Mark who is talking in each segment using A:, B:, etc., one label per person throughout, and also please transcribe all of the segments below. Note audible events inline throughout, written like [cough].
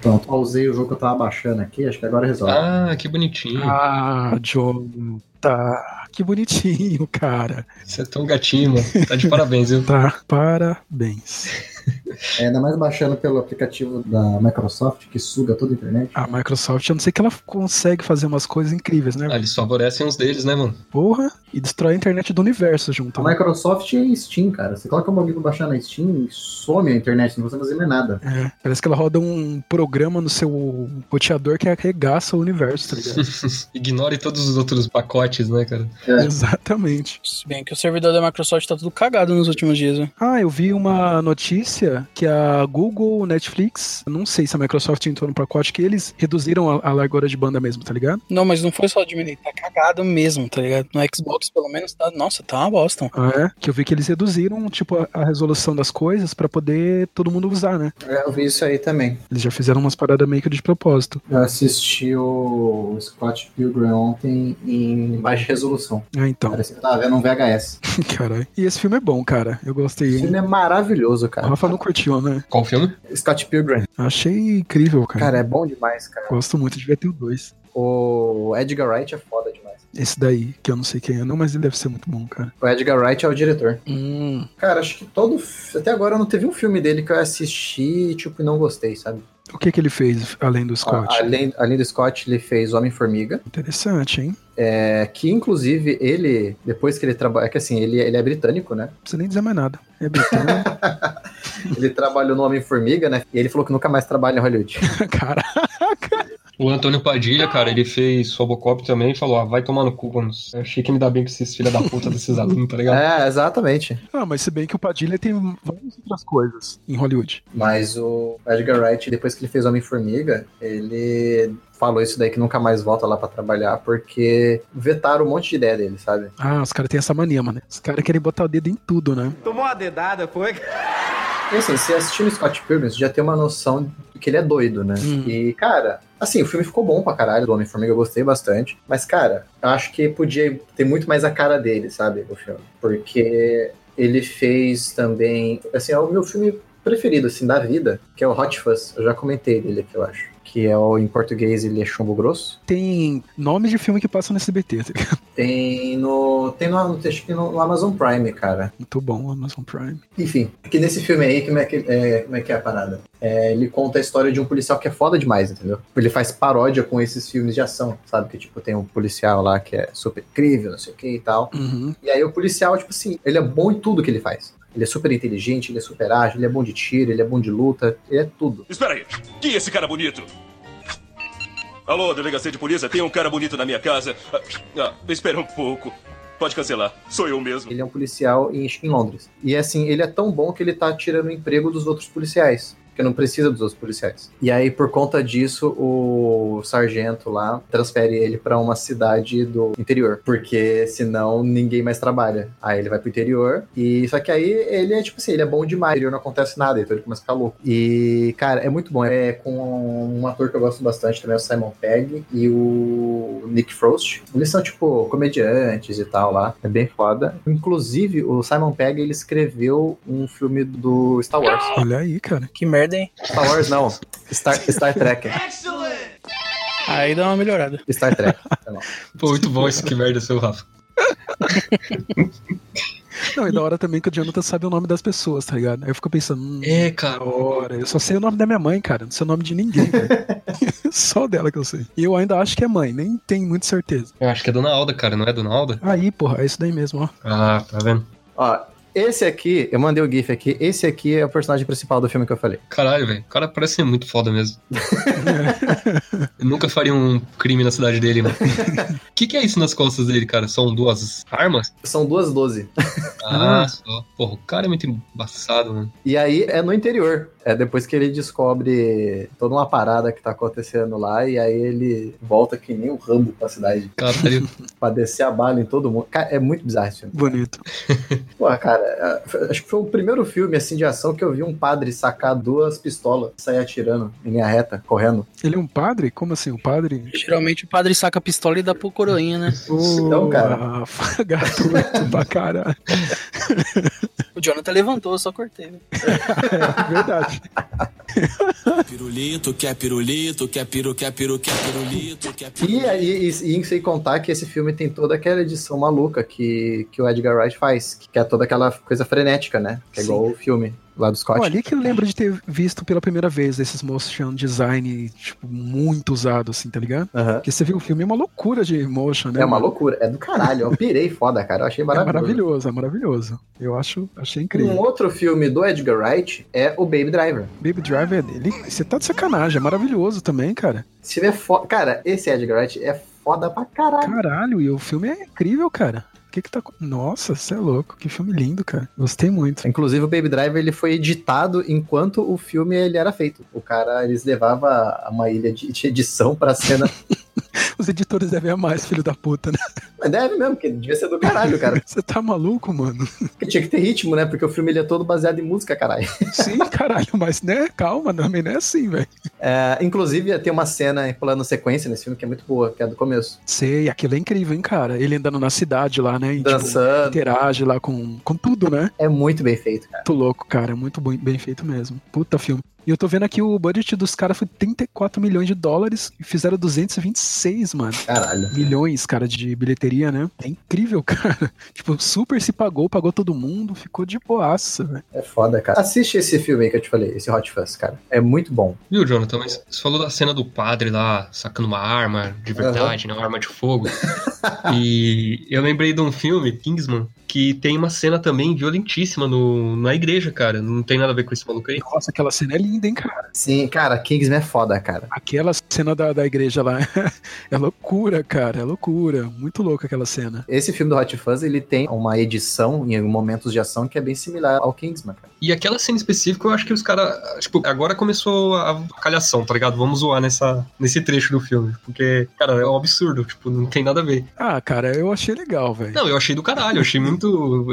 A: Pronto, pausei o jogo que eu tava baixando aqui, acho que agora resolve.
B: Ah, que bonitinho.
C: Ah, John, tá. Que bonitinho, cara.
B: Você é tão gatinho, mano. Tá de parabéns, [laughs] viu?
C: Tá, parabéns.
A: É, ainda mais baixando pelo aplicativo da Microsoft, que suga toda a internet.
C: A Microsoft, eu não sei que ela consegue fazer umas coisas incríveis, né?
B: Ah, eles favorecem uns deles, né, mano?
C: Porra, e destrói a internet do universo junto.
A: A
C: né?
A: Microsoft é Steam, cara. Você coloca um bagulho pra baixar na Steam e some a internet, não consegue fazer mais nada.
C: É, parece que ela roda um programa no seu roteador que arregaça o universo, tá ligado?
B: Ignore todos os outros pacotes, né, cara?
A: É.
C: Exatamente.
D: Se bem que o servidor da Microsoft tá tudo cagado nos últimos dias, né?
C: Ah, eu vi uma notícia que a Google, Netflix, não sei se a Microsoft entrou no pacote, que eles reduziram a, a largura de banda mesmo, tá ligado?
D: Não, mas não foi só diminuir, tá cagado mesmo, tá ligado? No Xbox, pelo menos, tá. Nossa, tá uma bosta. mano.
C: Ah, é? Que eu vi que eles reduziram, tipo, a, a resolução das coisas pra poder todo mundo usar, né?
A: É, eu vi isso aí também.
C: Eles já fizeram umas paradas meio que de propósito.
A: Eu assisti o Scott Pilgrim ontem em baixa resolução.
C: É, então. [laughs]
A: Parece que eu tava vendo um VHS.
C: Caralho. E esse filme é bom, cara. Eu
A: O
C: gostei, hein?
A: filme é maravilhoso,
C: O
A: cara.
C: Rafa não curtiu, né?
B: Qual filme?
A: Uhum. Scott Pilgrim.
C: Achei incrível, cara.
A: Cara, é bom demais, cara.
C: Gosto muito, devia ter o dois.
A: O Edgar Wright é foda demais.
C: Esse daí, que eu não sei quem é, não, mas ele deve ser muito bom, cara.
A: O Edgar Wright é o diretor.
C: Hum.
A: Cara, acho que todo. f- Até agora não teve um filme dele que eu assisti e, tipo, não gostei, sabe?
C: O que que ele fez além do Scott?
A: A- Ah, Além, além do Scott, ele fez Homem-Formiga.
C: Interessante, hein? Não
A: É, que, inclusive, ele, depois que ele trabalha. É que assim, ele, ele é britânico,
C: [laughs]
A: né?
C: precisa nem dizer mais nada. É britânico.
A: Ele trabalhou no Homem-Formiga, né? E ele falou que nunca mais trabalha em Hollywood.
C: cara.
B: O Antônio Padilha, cara, ele fez Robocop também e falou, ah, vai tomar no cu, mano. Eu achei que me dá bem com esses filha da puta desses alunos, tá ligado?
A: É, exatamente.
C: Ah, mas se bem que o Padilha tem várias outras coisas em Hollywood.
A: Mas o Edgar Wright, depois que ele fez Homem-Formiga, ele falou isso daí que nunca mais volta lá pra trabalhar, porque vetaram um monte de ideia dele, sabe?
C: Ah, os caras têm essa mania, mano. Os caras querem botar o dedo em tudo, né?
E: Tomou uma dedada, foi?
A: E assim, você assistindo Scott Pilgrim, você já tem uma noção de que ele é doido, né?
C: Hum.
A: E, cara, assim, o filme ficou bom pra caralho, do Homem-Formiga eu gostei bastante. Mas, cara, eu acho que podia ter muito mais a cara dele, sabe, o filme. Porque ele fez também, assim, é o meu filme preferido, assim, da vida, que é o Hot Fuzz. Eu já comentei dele aqui, eu acho. Que é o, em português, ele é chumbo grosso.
C: Tem nome de filme que passa no SBT, tá ligado?
A: Tem no, tem no, acho que no Amazon Prime, cara.
C: [laughs] Muito bom, Amazon Prime.
A: Enfim, que nesse filme aí, como é que é, como é, que é a parada? É, ele conta a história de um policial que é foda demais, entendeu? Ele faz paródia com esses filmes de ação, sabe? Que, tipo, tem um policial lá que é super incrível, não sei o que e tal.
C: Uhum.
A: E aí o policial, tipo assim, ele é bom em tudo que ele faz. Ele é super inteligente, ele é super ágil, ele é bom de tiro, ele é bom de luta, ele é tudo.
F: Espera aí, que esse cara bonito? Alô, delegacia de polícia, tem um cara bonito na minha casa. Ah, ah, espera um pouco. Pode cancelar, sou eu mesmo.
A: Ele é um policial em, em Londres. E assim, ele é tão bom que ele tá tirando o emprego dos outros policiais. Porque não precisa dos outros policiais. E aí, por conta disso, o sargento lá transfere ele pra uma cidade do interior. Porque senão ninguém mais trabalha. Aí ele vai pro interior. E só que aí ele é tipo assim, ele é bom demais. No interior não acontece nada, então ele começa a ficar louco. E, cara, é muito bom. É com um ator que eu gosto bastante também, é o Simon Pegg e o Nick Frost. Eles são, tipo, comediantes e tal lá. É bem foda. Inclusive, o Simon Pegg, ele escreveu um filme do Star Wars.
C: Olha aí, cara.
D: Que merda, hein?
A: Star Wars não. Star, Star Trek.
D: Aí dá uma melhorada.
A: Star Trek. Tá bom.
B: Pô, muito bom esse que merda seu, Rafa.
C: Não, e da hora também que o Jonathan sabe o nome das pessoas, tá ligado? Aí eu fico pensando, hum,
B: É,
C: da
B: cara.
C: hora. Eu só sei o nome da minha mãe, cara. Não sei o nome de ninguém,
A: [laughs]
C: velho. Só dela que eu sei. E eu ainda acho que é mãe, nem tenho muita certeza.
B: Eu acho que é Dona Alda, cara, não é Dona Alda?
C: Aí, porra, é isso daí mesmo, ó.
B: Ah, tá vendo?
A: Ó, esse aqui, eu mandei o GIF aqui. Esse aqui é o personagem principal do filme que eu falei.
B: Caralho, velho. O cara parece ser muito foda [laughs] mesmo. Eu nunca faria um crime na cidade dele, mano. [laughs] O que, que é isso nas costas dele, cara? São duas armas?
A: São duas 12.
B: Ah, só. Porra, o cara é muito embaçado, mano.
A: E aí é no interior. É depois que ele descobre toda uma parada que tá acontecendo lá. E aí ele volta que nem o Rambo pra cidade.
B: Caralho.
A: Pra descer a bala em todo mundo. Cara, é muito bizarro esse filme.
C: Bonito.
A: Pô, cara, é, foi- acho que foi o primeiro filme assim de ação que eu vi um padre sacar duas pistolas e sair atirando em linha reta, correndo.
C: Ele é um padre? Como assim? O padre?
D: Geralmente o padre saca a pistola e dá pro coroinha, [laughs] né?
A: Então, cara.
C: [laughs] Rafa, Garoto pra caralho.
D: O Jonathan levantou, eu só cortei. né?
C: É, verdade.
E: Pirulito, quer pirulito, quer piru, quer piru, quer pirulito, quer pirulito.
A: E aí, e, e sem contar que esse filme tem toda aquela edição maluca que, que o Edgar Wright faz, que é toda aquela coisa frenética, né? Que é
C: Sim.
A: igual o filme lá do Scott.
C: Pô, ali que eu lembro de ter visto pela primeira vez esses motion design, tipo, muito usado, assim, tá ligado?
A: Aham.
C: Porque você viu o filme, é uma loucura de motion, né?
A: É uma loucura, é do caralho. Eu pirei foda, cara. Eu achei
C: É
A: maravilhoso.
C: maravilhoso, é maravilhoso. Eu acho, achei incrível.
A: Um outro filme do Edgar Wright é o Baby Driver.
C: Baby Driver é dele. Você tá de sacanagem, é maravilhoso também, cara.
A: Se vê fo... Cara, esse Edgar Wright é foda pra caralho.
C: Caralho, e o filme é incrível, cara. O que que tá. acon- Nossa, você é louco. Que filme lindo, cara. Gostei muito.
A: Inclusive o Baby Driver ele foi editado enquanto o filme ele era feito. O cara eles levava uma ilha de, de edição pra
C: [laughs]
A: cena.
C: Os editores devem amar esse filho da puta, né? [laughs]
A: Mas deve mesmo, porque devia ser do caralho, cara.
C: Você tá maluco, mano?
A: Porque tinha que ter ritmo, né? Porque o filme ele é todo baseado em música, caralho.
C: Sim, caralho, mas né? Calma, também não é assim, velho.
A: É, inclusive tem uma cena em plano sequência nesse filme que é muito boa, que é do começo.
C: Sei, aquilo é incrível, hein, cara. Ele andando na cidade lá, né? E, tipo,
A: Dançando.
C: interage lá com, com tudo, né?
A: É muito bem feito, cara.
C: Muito louco, cara. Muito bom- bem feito mesmo. Puta filme. E eu tô vendo aqui o budget dos caras foi 34 milhões de dólares e fizeram 226, mano.
A: Caralho.
C: Milhões, cara, de bilheteria, né? É incrível, [laughs] cara. Tipo, super se pagou, pagou todo mundo, ficou de boaça, velho.
A: É foda, cara. Assiste esse filme aí que eu te falei, esse Hot Fuzz, cara. É muito bom.
B: Viu, Jonathan? Mas você falou da cena do padre lá sacando uma arma de verdade, né? Uma arma de fogo. e eu lembrei de um filme, Kingsman, que tem uma cena também violentíssima no, na igreja, cara. Não tem nada a ver com esse maluco aí.
C: Nossa, aquela cena é linda, hein, cara.
A: Sim, cara, Kingsman é foda, cara.
C: Aquela cena da, da igreja lá [laughs] é loucura, cara. É loucura. Muito louca aquela cena.
A: Esse filme do Hot Fuzz, ele tem uma edição em momentos de ação que é bem similar ao Kingsman, cara.
B: E aquela cena específica, eu acho que os caras. Tipo, agora começou a calhação, tá ligado? Vamos zoar nessa, nesse trecho do filme. Porque, cara, é um absurdo. Tipo, não tem nada a ver.
C: Ah, cara, eu achei legal, velho.
B: Não, eu achei do caralho. Eu achei muito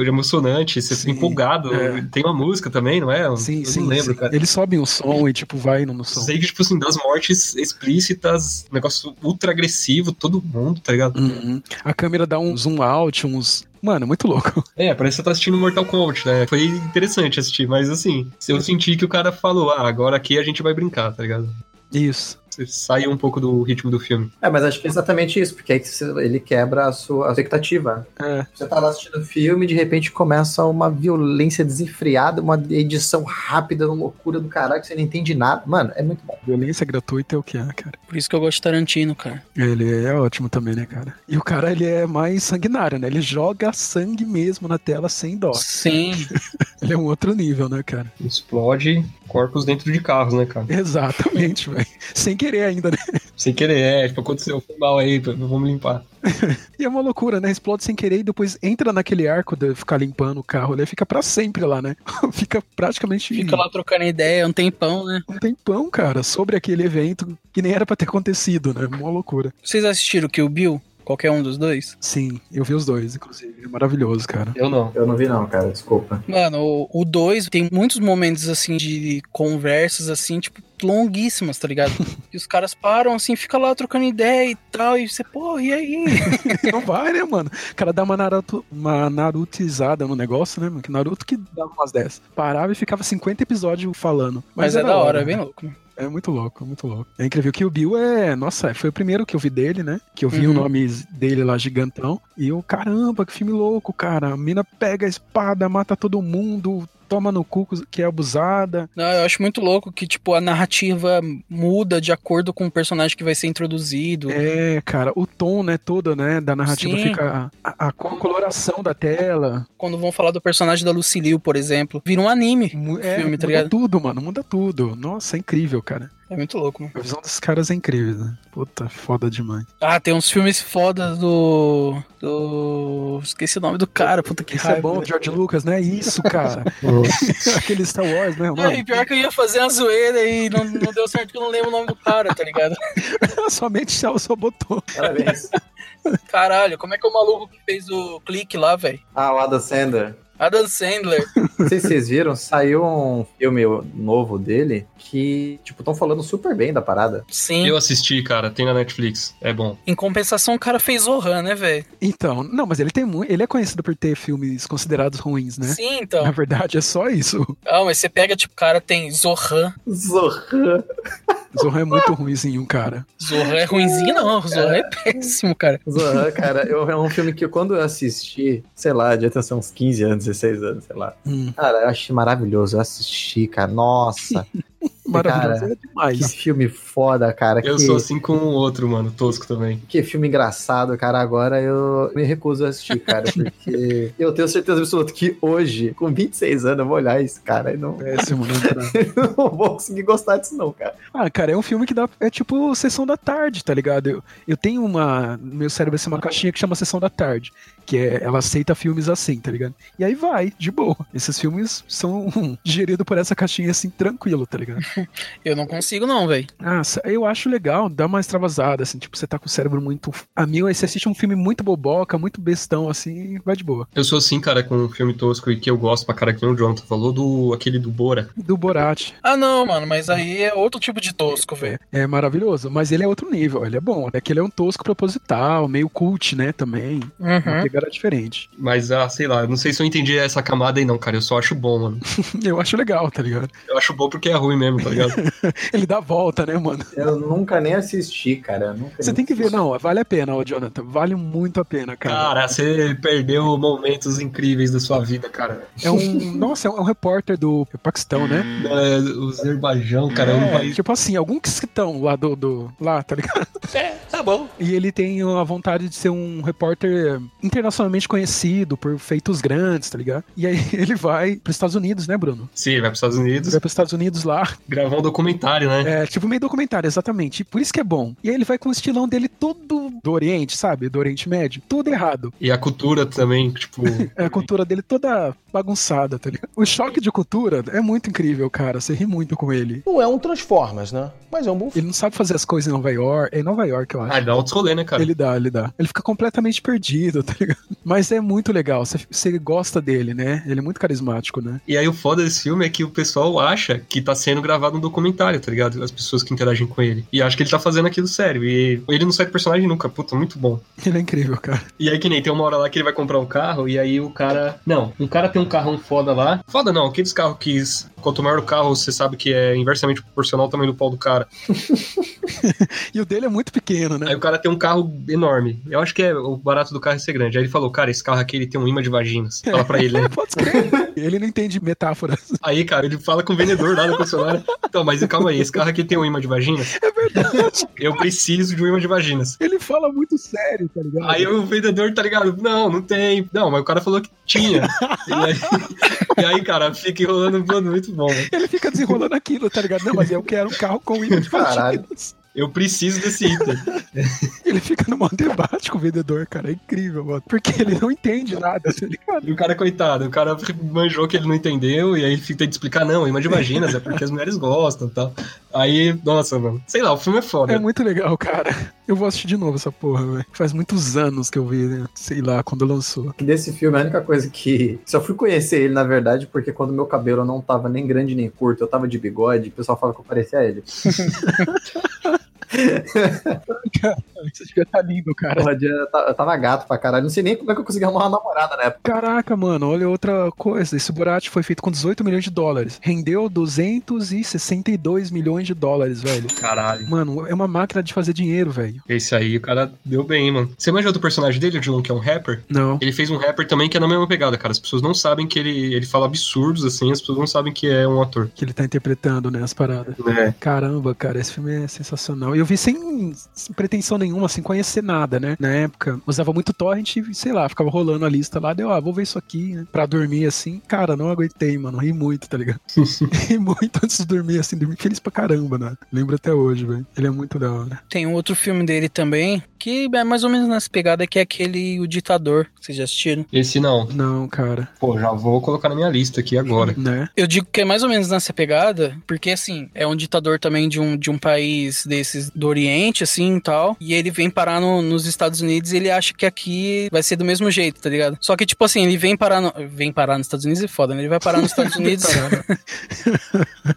B: emocionante. Você
C: Sim,
B: fica empolgado.
C: é.
B: Tem uma música também, não é? Eu
C: Sim,
B: não
C: sim.
B: lembro,
C: sim.
B: cara.
C: Eles sobem o som e, tipo, vai no, no som.
B: Sei que, tipo assim, das mortes explícitas, negócio ultra agressivo, todo mundo, tá ligado?
C: Uhum. A câmera dá um zoom out, uns. Mano, muito louco. [laughs]
B: É, parece que você tá assistindo Mortal Kombat, né? Foi interessante assistir, mas assim, eu senti que o cara falou, ah, agora aqui a gente vai brincar, tá ligado?
C: Isso.
B: Você sai um pouco do ritmo do filme.
A: É, mas acho que é exatamente isso, porque aí que você- ele quebra a sua expectativa.
C: É.
A: Você tá lá assistindo o filme e de repente começa uma violência desenfreada, uma edição rápida, uma loucura do caralho, que você não entende nada. Mano, é muito bom.
C: Violência gratuita é o que é, cara.
D: Por isso que eu gosto de Tarantino, cara.
C: Ele é ótimo também, né, cara? E o cara, ele é mais sanguinário, né? Ele joga sangue mesmo na tela sem dó.
D: Sim.
C: Ele é um outro nível, né, cara? [laughs]
B: Explode corpos dentro de carros, né, cara?
C: Exatamente, velho. Sem querer ainda, né?
B: Sem querer, é, tipo, aconteceu, foi mal aí, vamos limpar.
C: E é uma loucura, né? Explode sem querer e depois entra naquele arco de ficar limpando o carro, né? Fica pra sempre lá, né? [laughs] fica praticamente
D: Fica lá trocando ideia um tempão, né?
C: um tempão, cara, sobre aquele evento que nem era pra ter acontecido, né? Uma loucura.
D: Vocês assistiram Kill Bill? Qualquer um dos dois?
C: Sim, eu vi os dois, inclusive. É maravilhoso, cara. [laughs]
B: Eu não.
A: Eu não vi não, cara, desculpa.
D: Mano, o 2 tem muitos momentos assim de conversas assim, tipo, longuíssimas, tá [laughs] ligado? E os caras param assim, fica lá trocando ideia e tal, e você, porra, e aí?
C: Não vai, né, mano? O cara dá uma, Naruto, uma narutizada no negócio, né, mano? Que Naruto que dava umas 10. Parava e ficava 50 episódios falando.
D: [laughs] Mas, é
C: era
D: da hora, é bem
C: né?
D: louco. né?
C: É muito louco, é muito louco. É incrível que o Bill é. Nossa, foi o primeiro que eu vi dele, né? Que eu vi
D: Uhum.
C: o nome dele lá gigantão. E eu, caramba, que filme louco, cara. A mina pega a espada, mata todo mundo, toma no cu que é abusada.
D: Não, eu acho muito louco que, tipo, a narrativa muda de acordo com o personagem que vai ser introduzido.
C: É, cara, o tom, né, todo, né, da narrativa
D: Sim.
C: fica a, a coloração da tela.
D: Quando vão falar do personagem da Lucille, por exemplo, vira um anime.
C: Mu-
D: o
C: é,
D: filme, tá
C: muda
D: ligado?
C: tudo, mano, muda tudo. Nossa, é incrível, cara.
D: É muito louco, mano.
C: A visão dos caras é incrível, né? Puta, foda demais.
D: Ah, tem uns filmes fodas do. do. Esqueci o nome do cara, puta que
C: Isso
D: raiva.
C: é bom, George Lucas, né? Isso,
D: [laughs]
C: cara. [laughs] Aquele Star Wars, né? o
D: Ah,
C: nome?
D: e pior que eu ia fazer uma zoeira e não, não deu certo que eu não lembro o nome do cara, tá ligado? [laughs]
C: [laughs] Somente só, só botou.
A: [laughs] Parabéns.
D: Caralho, como é que é o maluco que fez o clique lá, velho?
A: ah, o Adam Sandler.
D: Adam Sandler.
A: Não sei se vocês viram, saiu um filme novo dele que, tipo, estão falando super bem da parada.
D: Sim.
B: Eu assisti, cara, tem na Netflix. É bom.
D: Em compensação, o cara fez Zohan, né, velho?
C: Então, não, mas ele tem muito. Ele é conhecido por ter filmes considerados ruins, né?
D: Sim, então.
C: Na verdade, é só isso.
D: Ah, mas você pega, tipo, o cara tem Zohan.
A: Zohan.
C: Zohan é
D: [laughs]
C: muito ruimzinho, cara.
D: Zohan é ruimzinho, não. Zohan é péssimo, cara.
A: Zohan, cara, eu, é um filme que quando eu assisti, sei lá, devia ter sido uns 15 anos, 16 anos, sei lá.
C: Hum.
A: Cara, eu achei maravilhoso. Eu assisti, cara.
B: [laughs]
A: Nossa.
C: Maravilhoso
A: Cara,
C: é demais.
A: que filme foda, cara.
B: Eu
A: que...
B: sou assim com o outro, mano, tosco também.
A: Que filme engraçado, cara. Agora eu me recuso a assistir, cara,
B: [laughs]
A: porque eu tenho certeza absoluta que hoje, com 26 anos, eu vou olhar isso, cara, e não, [laughs]
C: Péssimo, né, cara?
A: não vou conseguir gostar disso, não, cara.
C: Ah, cara, é um filme que dá. É tipo sessão da tarde, tá ligado? Eu, eu tenho uma. no Meu cérebro é uma caixinha que chama Sessão da Tarde. Que é. Ela aceita filmes assim, tá ligado? E aí vai, de boa. Esses filmes são [laughs] geridos por essa caixinha assim, tranquilo, tá ligado?
D: Eu não consigo, não, velho.
C: Ah, sa- eu acho legal, dá uma extravasada, assim, tipo, você tá com o cérebro muito. A mil, aí você assiste um filme muito boboca, muito bestão, assim, e vai de boa.
B: Eu sou assim, cara, com um filme tosco e que eu gosto pra cara que nem o Jonathan falou, do aquele do Bora.
C: Do Borat.
D: Ah, não, mano, mas aí é outro tipo de tosco, velho.
C: É maravilhoso, mas ele é outro nível, ele é bom. É que ele é um tosco proposital, meio cult, né, também. Uma
D: Uhum.
C: pegada diferente.
B: Mas, ah, sei lá, não sei se eu entendi essa camada aí não, cara. Eu só acho bom, mano.
C: Eu acho legal, tá ligado?
B: Eu acho bom porque é ruim mesmo, tá
C: [laughs]
B: ligado?
C: Ele dá a volta, né, mano?
A: Eu nunca nem assisti, cara. eu Nunca
C: Você
A: nem
C: tem que ver,
A: assisti.
C: não, vale a pena, ô Jonathan, vale muito a pena, cara.
B: Cara, você perdeu momentos incríveis da sua vida, cara.
C: É um, nossa, é um repórter do Paquistão, né?
B: É, o Azerbaijão, cara, é um
C: É,
B: país.
C: tipo assim, algum cristão lá do, do lá, tá ligado?
E: É, tá bom.
C: E ele tem a vontade de ser um repórter internacionalmente conhecido por feitos grandes, tá ligado? E aí [laughs] ele vai pros Estados Unidos, né, Bruno?
B: Sim, vai pros Estados
C: Ele
B: Unidos
C: vai pros Estados Unidos lá,
B: gravar um documentário, né?
C: É, tipo meio documentário, exatamente. Por isso que é bom. E aí ele vai com o estilão dele todo do Oriente, sabe? Do Oriente Médio. Tudo errado.
B: E a cultura também, tipo.
C: É, a cultura dele toda bagunçada, tá ligado? O choque de cultura é muito incrível, cara. Você ri muito com ele.
G: Não é um Transformers, né? Mas é um bom filme.
C: Ele não sabe fazer as coisas em Nova York. É em Nova York, eu acho.
B: Ah, dá outro rolê, né, cara?
C: Ele dá, ele dá. Ele fica completamente perdido, tá ligado? Mas é muito legal. Você, você gosta dele, né? Ele é muito carismático, né?
B: E aí o foda desse filme é que o pessoal acha que tá sendo gravado um documentário, tá ligado? As pessoas que interagem com ele. E acha que ele tá fazendo aquilo sério. E ele não sai do personagem nunca. Puta, muito bom.
C: Ele é incrível, cara.
B: E aí que nem tem uma hora lá que ele vai comprar um carro e aí o cara... Não, um cara tem um carrão foda lá. Foda não, aqueles carros que... s- Quanto maior o carro, você sabe que é inversamente proporcional ao tamanho do pau do cara.
C: E o dele é muito pequeno, né?
B: Aí o cara tem um carro enorme. Eu acho que é o barato do carro é ser grande. Aí ele falou, cara, esse carro aqui ele tem um imã de vaginas. Fala pra ele, né?
C: [laughs] Pode crer. Ele não entende metáforas.
B: Aí, cara, ele fala com o vendedor lá da concessionária. Então, mas calma aí, esse carro aqui tem um imã de vaginas?
C: É verdade.
B: Eu preciso de um imã de vaginas.
C: Ele fala muito sério, tá ligado?
B: Aí o vendedor, tá ligado? Não, não tem. Não, mas o cara falou que tinha. E aí, e aí, cara, fica enrolando mano, muito bom. né? mano.
C: Ele fica desenrolando aquilo, tá ligado? Não, mas eu quero um carro com ímã de
A: Caralho.
C: vaginas.
B: Eu preciso desse item.
C: Ele fica no maior debate com o vendedor, cara. É incrível, mano. Porque ele não entende nada, tá ligado?
B: E o cara, coitado, o cara manjou que ele não entendeu, e aí ele tem que explicar, não, imã de vaginas, é porque as mulheres gostam e tal. Aí, nossa, mano, sei lá, o filme é foda.
C: É muito legal, cara. Eu vou assistir de novo essa porra, velho. Faz muitos anos que eu vi, né? Sei lá, quando lançou.
A: Desse filme, a única coisa que. [laughs] Só fui conhecer ele, na verdade, porque quando meu cabelo não tava nem grande nem curto, eu tava de bigode, o pessoal falava que eu parecia ele.
C: Isso devia tá lindo, cara.
A: Porra, eu ta- eu tava gato pra caralho. Não sei nem como é que eu consegui arrumar uma namorada na época.
C: Caraca, mano, olha outra coisa. Esse Borat foi feito com 18 milhões de dólares. Rendeu 262 milhões de dólares, velho.
B: Caralho.
C: Mano, é uma máquina de fazer dinheiro, velho.
B: Esse aí, o cara deu bem, hein, mano. Você manja do personagem dele, o John, que é um rapper?
C: Não.
B: Ele fez um rapper também que é na mesma pegada, cara. As pessoas não sabem que ele, ele fala absurdos, assim, as pessoas não sabem que é um ator.
C: Que ele tá interpretando, né? As paradas.
B: É.
C: Caramba, cara, esse filme é sensacional. E eu vi sem, sem pretensão nenhuma, sem conhecer nada, né? Na época, usava muito torrent e, sei lá, ficava rolando a lista lá, deu, ah, vou ver isso aqui, né? Pra dormir assim. Cara, não aguentei, mano. Ri muito, tá ligado? Ri muito antes de dormir, assim, dormi feliz pra caramba, né? Lembro até hoje, velho. Ele é muito da hora.
D: Tem um outro filme dele também, que é mais ou menos nessa pegada que é aquele O Ditador, vocês já assistiram.
B: Esse não.
C: Não, cara.
B: Pô, já vou colocar na minha lista aqui
C: [laughs]
B: agora.
C: Né?
D: Eu digo que é mais ou menos nessa pegada, porque assim, é um ditador também de um, de um país desses do Oriente, assim e tal. E ele vem parar no- nos Estados Unidos e ele acha que aqui vai ser do mesmo jeito, tá ligado? Só que, tipo assim, ele vem parar no, Vem parar nos Estados Unidos é foda, né? Ele vai parar nos Estados Unidos. [laughs]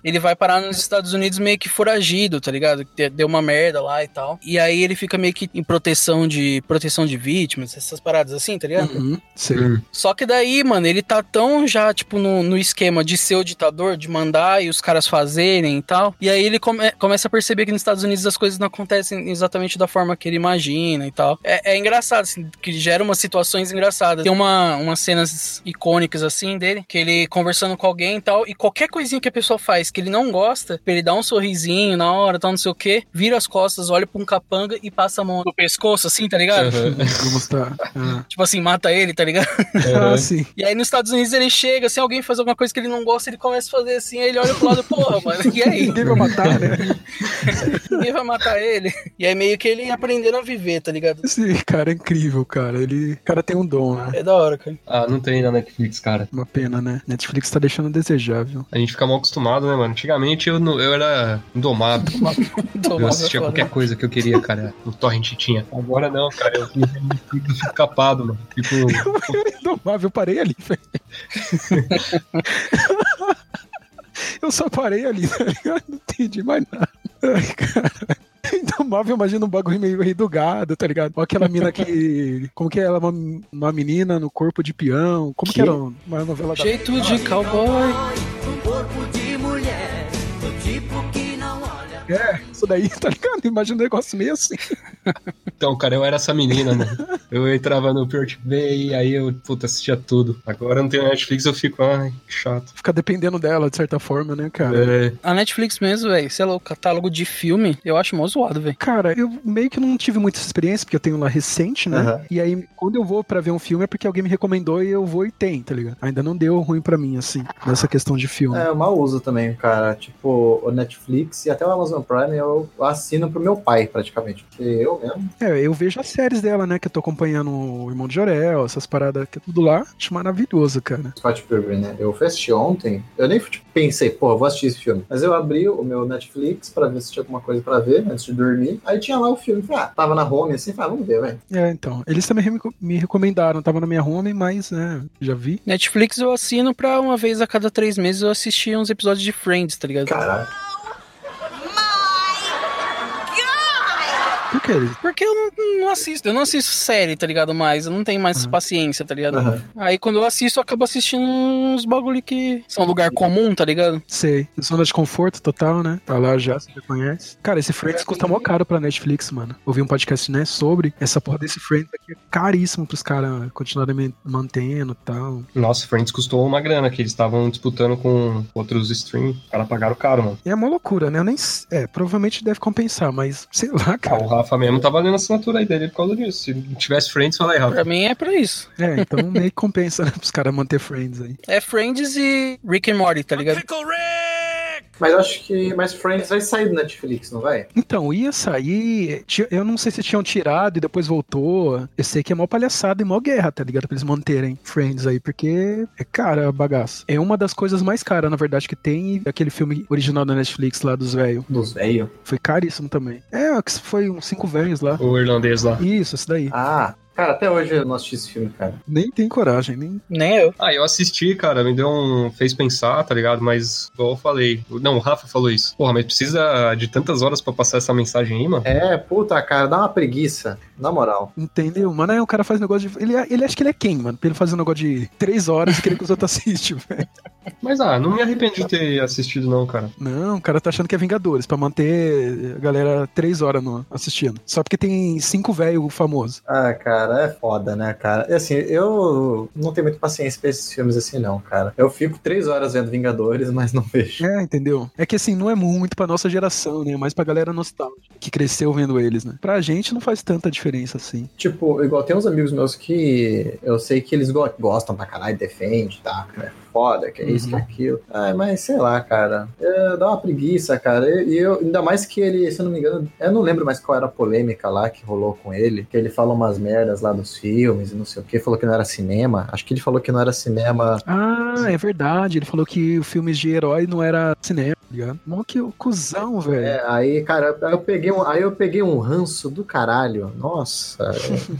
D: ele vai parar nos Estados Unidos meio que foragido, tá ligado? De- Deu uma merda lá e tal. E aí ele fica meio que em proteção de proteção de vítimas, essas paradas assim, tá ligado?
C: Uhum, sei.
B: Hum.
D: Só que daí, mano, ele tá tão já, tipo, no, no esquema de ser o ditador, de mandar e os caras fazerem e tal. E aí ele come- começa a perceber que nos Estados Unidos as coisas não acontecem exatamente da forma que ele imagina e tal. É, é engraçado, assim, que gera umas situações engraçadas. Tem uma, umas cenas icônicas, assim, dele, que ele conversando com alguém e tal, e qualquer coisinha que a pessoa faz que ele não gosta, ele dá um sorrisinho na hora, tal, não sei o quê, vira as costas, olha pra um capanga e passa a mão no pescoço, assim, tá ligado?
B: Uhum.
C: Vamos tá. Ah,
D: Tipo assim, mata ele, tá ligado?
C: ah, sim.
D: E aí nos Estados Unidos ele chega, assim, alguém faz alguma coisa que ele não gosta, ele começa a fazer assim, aí ele olha pro lado, porra, mano, e aí?
C: Ninguém vai matar, né? [laughs]
D: Ninguém vai matar ele. E aí meio que ele aprendendo a viver, tá ligado?
C: Esse cara é incrível, cara. Ele, o cara tem um dom, né?
D: É da hora, cara.
B: [laughs] Ah, não tem na Netflix, cara.
C: Uma pena, né? Netflix tá deixando a desejar, [laughs] viu?
B: A gente fica mal acostumado, né, mano? Antigamente eu, não- eu era indomável. Eu
D: Tomar
B: assistia
D: Então, foda.
B: qualquer coisa que eu queria, cara. No torrent tinha. Agora não, cara. Eu fico, eu fico capado, mano. Fico...
C: é Indomável, eu parei ali, [laughs] velho. eu só parei ali, tá ligado? Não entendi mais nada. Ai, cara. Indomável, imagina um bagulho meio rei do gado, tá ligado? Ou aquela mina que. Como que ela é uma, uma menina no corpo de peão? Como que, era uma novela da.
D: Jeito de cowboy.
C: É, isso daí, [laughs] tá ligado? Imagina um negócio meio assim.
B: Então, cara, eu era essa menina, né? Eu entrava no Pirate Bay, aí eu, puta, assistia tudo. Agora eu não tenho Netflix, eu fico, ai, que chato.
C: Fica dependendo dela, de certa forma, né, cara?
B: É,
D: A Netflix mesmo, velho, sei lá, o catálogo de filme, eu acho mó zoado, velho.
C: Cara, eu meio que não tive muita experiência, porque eu tenho lá recente, né?
A: Aham.
C: E aí, quando eu vou pra ver um filme, é porque alguém me recomendou e eu vou e tem, tá ligado? Ainda não deu ruim pra mim, assim, nessa questão de filme.
A: É, eu mal uso também, cara. Tipo, o Netflix e até o Amazon Prime eu assino pro meu pai, praticamente. Porque eu mesmo.
C: É, eu vejo as séries dela, né? Que eu tô acompanhando o Irmão de Jorel, essas paradas, que é tudo lá. Acho maravilhoso, cara.
A: Scott Pilgrim, né? Eu fui assistir ontem. Eu nem tipo, pensei, pô, eu vou assistir esse filme. Mas eu abri o meu Netflix pra ver se tinha alguma coisa pra ver antes de dormir. Aí tinha lá o filme. Falei, ah, tava na home assim, falei, ah, vamos ver, velho.
C: É, então. Eles também re- me recomendaram, tava na minha home, mas, né, já vi.
D: Netflix eu assino pra uma vez a cada três meses eu assistir uns episódios de Friends, tá ligado?
A: Caralho.
C: Por que eles?
D: Porque eu não, não assisto, eu não assisto série, tá ligado? Mais, eu não tenho mais
C: Uhum.
D: paciência, tá ligado?
A: Aham.
D: Aí quando eu assisto, eu acabo assistindo uns bagulho que são lugar comum, tá ligado?
C: Sei. Zona de conforto total, né? Tá lá já, você já conhece. Cara, esse Friends custa mó caro pra Netflix, mano. Ouvi um podcast, né, sobre essa porra desse Friends aqui. É caríssimo pros caras continuarem man- mantendo e tal.
B: nossa, Friends custou uma grana, que eles estavam disputando com outros stream. Os caras pagaram caro, mano.
C: E é uma loucura, né? Eu nem... s- É, provavelmente deve compensar, mas sei lá,
B: Ah, o
C: cara.
B: Rafa mesmo tá valendo a assinatura aí dele por causa disso. Se não tivesse Friends, fala aí, Rafa.
D: Pra mim é pra isso.
C: É, então meio que compensa, né? Pros caras manter Friends aí.
D: É Friends e Rick and Morty, tá ligado?
E: Pickle Rick!
A: Mas eu acho que. Mas Friends vai sair do Netflix, não vai?
C: Então, ia sair. ti- Eu não sei se tinham tirado e depois voltou. Eu sei que é mó palhaçada e mó guerra, tá ligado? Pra eles manterem Friends aí, porque é cara a bagaça. É uma das coisas mais caras, na verdade, que tem. e Aquele filme original da Netflix lá dos velhos.
A: Dos velho.
C: Foi caríssimo também. É, que foi uns cinco velhos lá.
B: O irlandês lá.
C: Isso, isso daí.
A: Ah, cara, até hoje eu não assisti esse filme, cara.
C: Nem tem coragem, nem.
D: Nem eu.
B: Ah, eu assisti, cara, me deu um. fez pensar, tá ligado? Mas, igual eu falei. Não, o Rafa falou isso. Porra, mas precisa de tantas horas pra passar essa mensagem aí, mano?
A: É, puta, cara, dá uma preguiça. Na moral.
C: Entendeu? Mano, aí o cara faz negócio de. Ele, ele acha que ele é quem, mano? Pra ele fazer um negócio de três horas e querer que os outros [laughs] assistem, velho.
B: Mas, ah, não me arrependo de ter assistido, não, cara.
C: Não, o cara tá achando que é Vingadores, pra manter a galera três horas no, assistindo. Só porque tem cinco velho famoso.
A: Ah, cara, é foda, né, cara? E, Assim, eu não tenho muita paciência pra esses filmes assim, não, cara. Eu fico três horas vendo Vingadores, mas não vejo.
C: É, entendeu? É que assim, não é muito pra nossa geração, né? É mais pra galera nostálgica. que cresceu vendo eles, né? Pra gente não faz tanta diferença assim.
A: Tipo, igual tem uns amigos meus que eu sei que eles go- gostam pra caralho, defende, tá? É foda, que é isso, que é aquilo. Ai, mas sei lá, cara. É, dá uma preguiça, cara. E eu, ainda mais que ele, se eu não me engano, eu não lembro mais qual era a polêmica lá que rolou com ele. Que ele falou umas merdas lá dos filmes e não sei o que. Falou que não era cinema. Acho que ele falou que não era cinema.
C: Ah, é verdade. Ele falou que os filmes de herói não era cinema, tá ligado? Mó que o cuzão, velho.
A: É, aí, cara, aí eu peguei um, aí eu peguei um ranço do caralho. Nossa.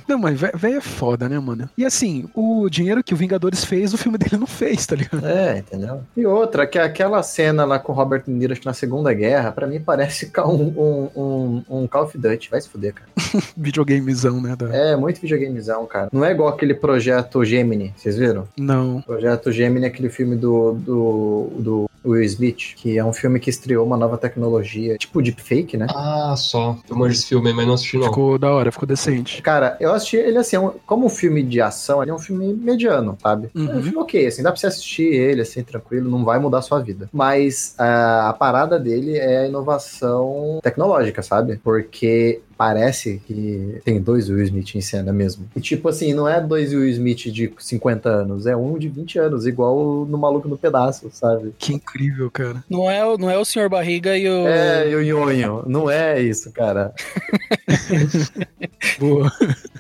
C: Não, mas vé- velho é foda, né, mano? E assim, o dinheiro que o Vingadores fez, o filme [laughs] dele não fez, tá ligado?
A: É, entendeu? E outra, que aquela cena lá com o Robert De Niro acho que na Segunda Guerra, pra mim parece [laughs] ca- um, um, um, um Call of Duty. Vai se fuder, cara.
C: Videogamezão, né? da-
A: É, muito videogamezão, cara. Não é igual aquele projeto Gemini, vocês viram?
C: Não.
A: Projeto Gemini é aquele filme do, do, do Will Smith, que é um filme que estreou uma nova tecnologia, tipo deepfake, né?
B: Ah, só. Eu manjo esse filme, aí, mas não assisti não.
C: Ficou da hora, ficou decente.
A: Cara, eu assisti ele assim, é um- como um filme de ação, ele é um filme mediano, sabe?
C: Uhum.
A: É um filme ok, assim, dá pra você assistir ele, assim, tranquilo, não vai mudar a sua vida. Mas ah, a parada dele é a inovação tecnológica, sabe? Porque parece que tem dois Will Smith em cena mesmo. E tipo assim, não é dois Will Smith de 50 anos, é um de 20 anos, igual no Maluco no Pedaço, sabe?
C: Que incrível, cara.
D: Não é, o- não é o senhor barriga e o.
A: É, e o Nhonho, não é isso, cara.
C: Boa.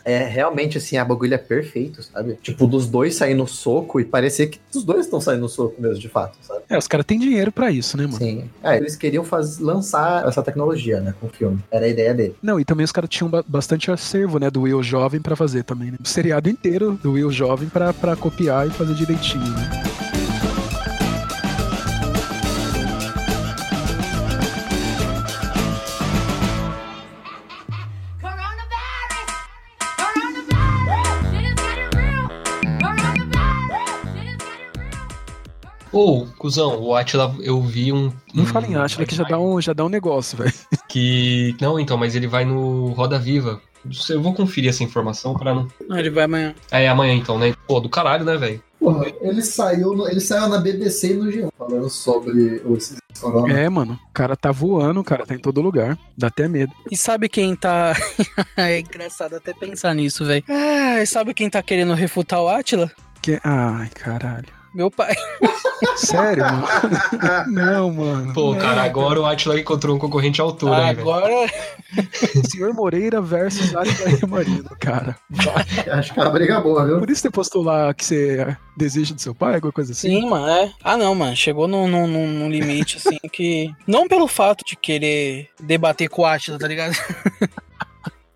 A: É realmente assim, a bagulha é perfeito, sabe? Tipo, dos dois sair no soco e parecer que os dois estão saindo no soco mesmo, de fato, sabe?
C: É, os caras têm dinheiro pra isso, né, mano?
A: Sim. É, eles queriam faz... lançar essa tecnologia, né, com o filme. Era a ideia dele.
C: Não, e também os caras tinham ba- bastante acervo, né, do Will Jovem pra fazer também, né? O seriado inteiro do Will Jovem pra, pra copiar e fazer direitinho, né?
H: Coronavirus! Coronavirus! Shit is getting real! Coronavirus! Shit is getting real!
B: Ô, cuzão, o Atila, eu vi um.
C: Não
B: um-
C: fala em Atila que já dá um, já dá um negócio, velho.
B: Que. Não, então, mas ele vai no Roda Viva. Eu vou conferir essa informação pra não.
D: Ah, Ele vai amanhã.
B: Ah, É amanhã então, né? Pô, do caralho, né, velho?
A: Porra, ele saiu, ele saiu na BBC e no G1 falando sobre os corona.
C: É, mano, o cara tá voando, o cara tá em todo lugar. Dá até medo.
D: E sabe quem tá. [laughs] é engraçado até pensar nisso, velho. Ah, e sabe quem tá querendo refutar o Atila?
C: Que... Ai, caralho.
D: Meu pai.
C: Sério, mano? Não, mano.
B: Pô,
C: Não.
B: cara, agora o Atila encontrou um concorrente à altura, hein, velho?
D: Agora.
C: Senhor Moreira versus Atila Marino, cara.
A: Acho que é uma briga boa, viu?
C: Por isso você postou lá que você deseja do seu pai, alguma coisa assim?
D: Sim, mano. É. Ah, não, mano. Chegou num, num, num- num limite, assim, que. Não pelo fato de querer debater com o Atila, tá ligado?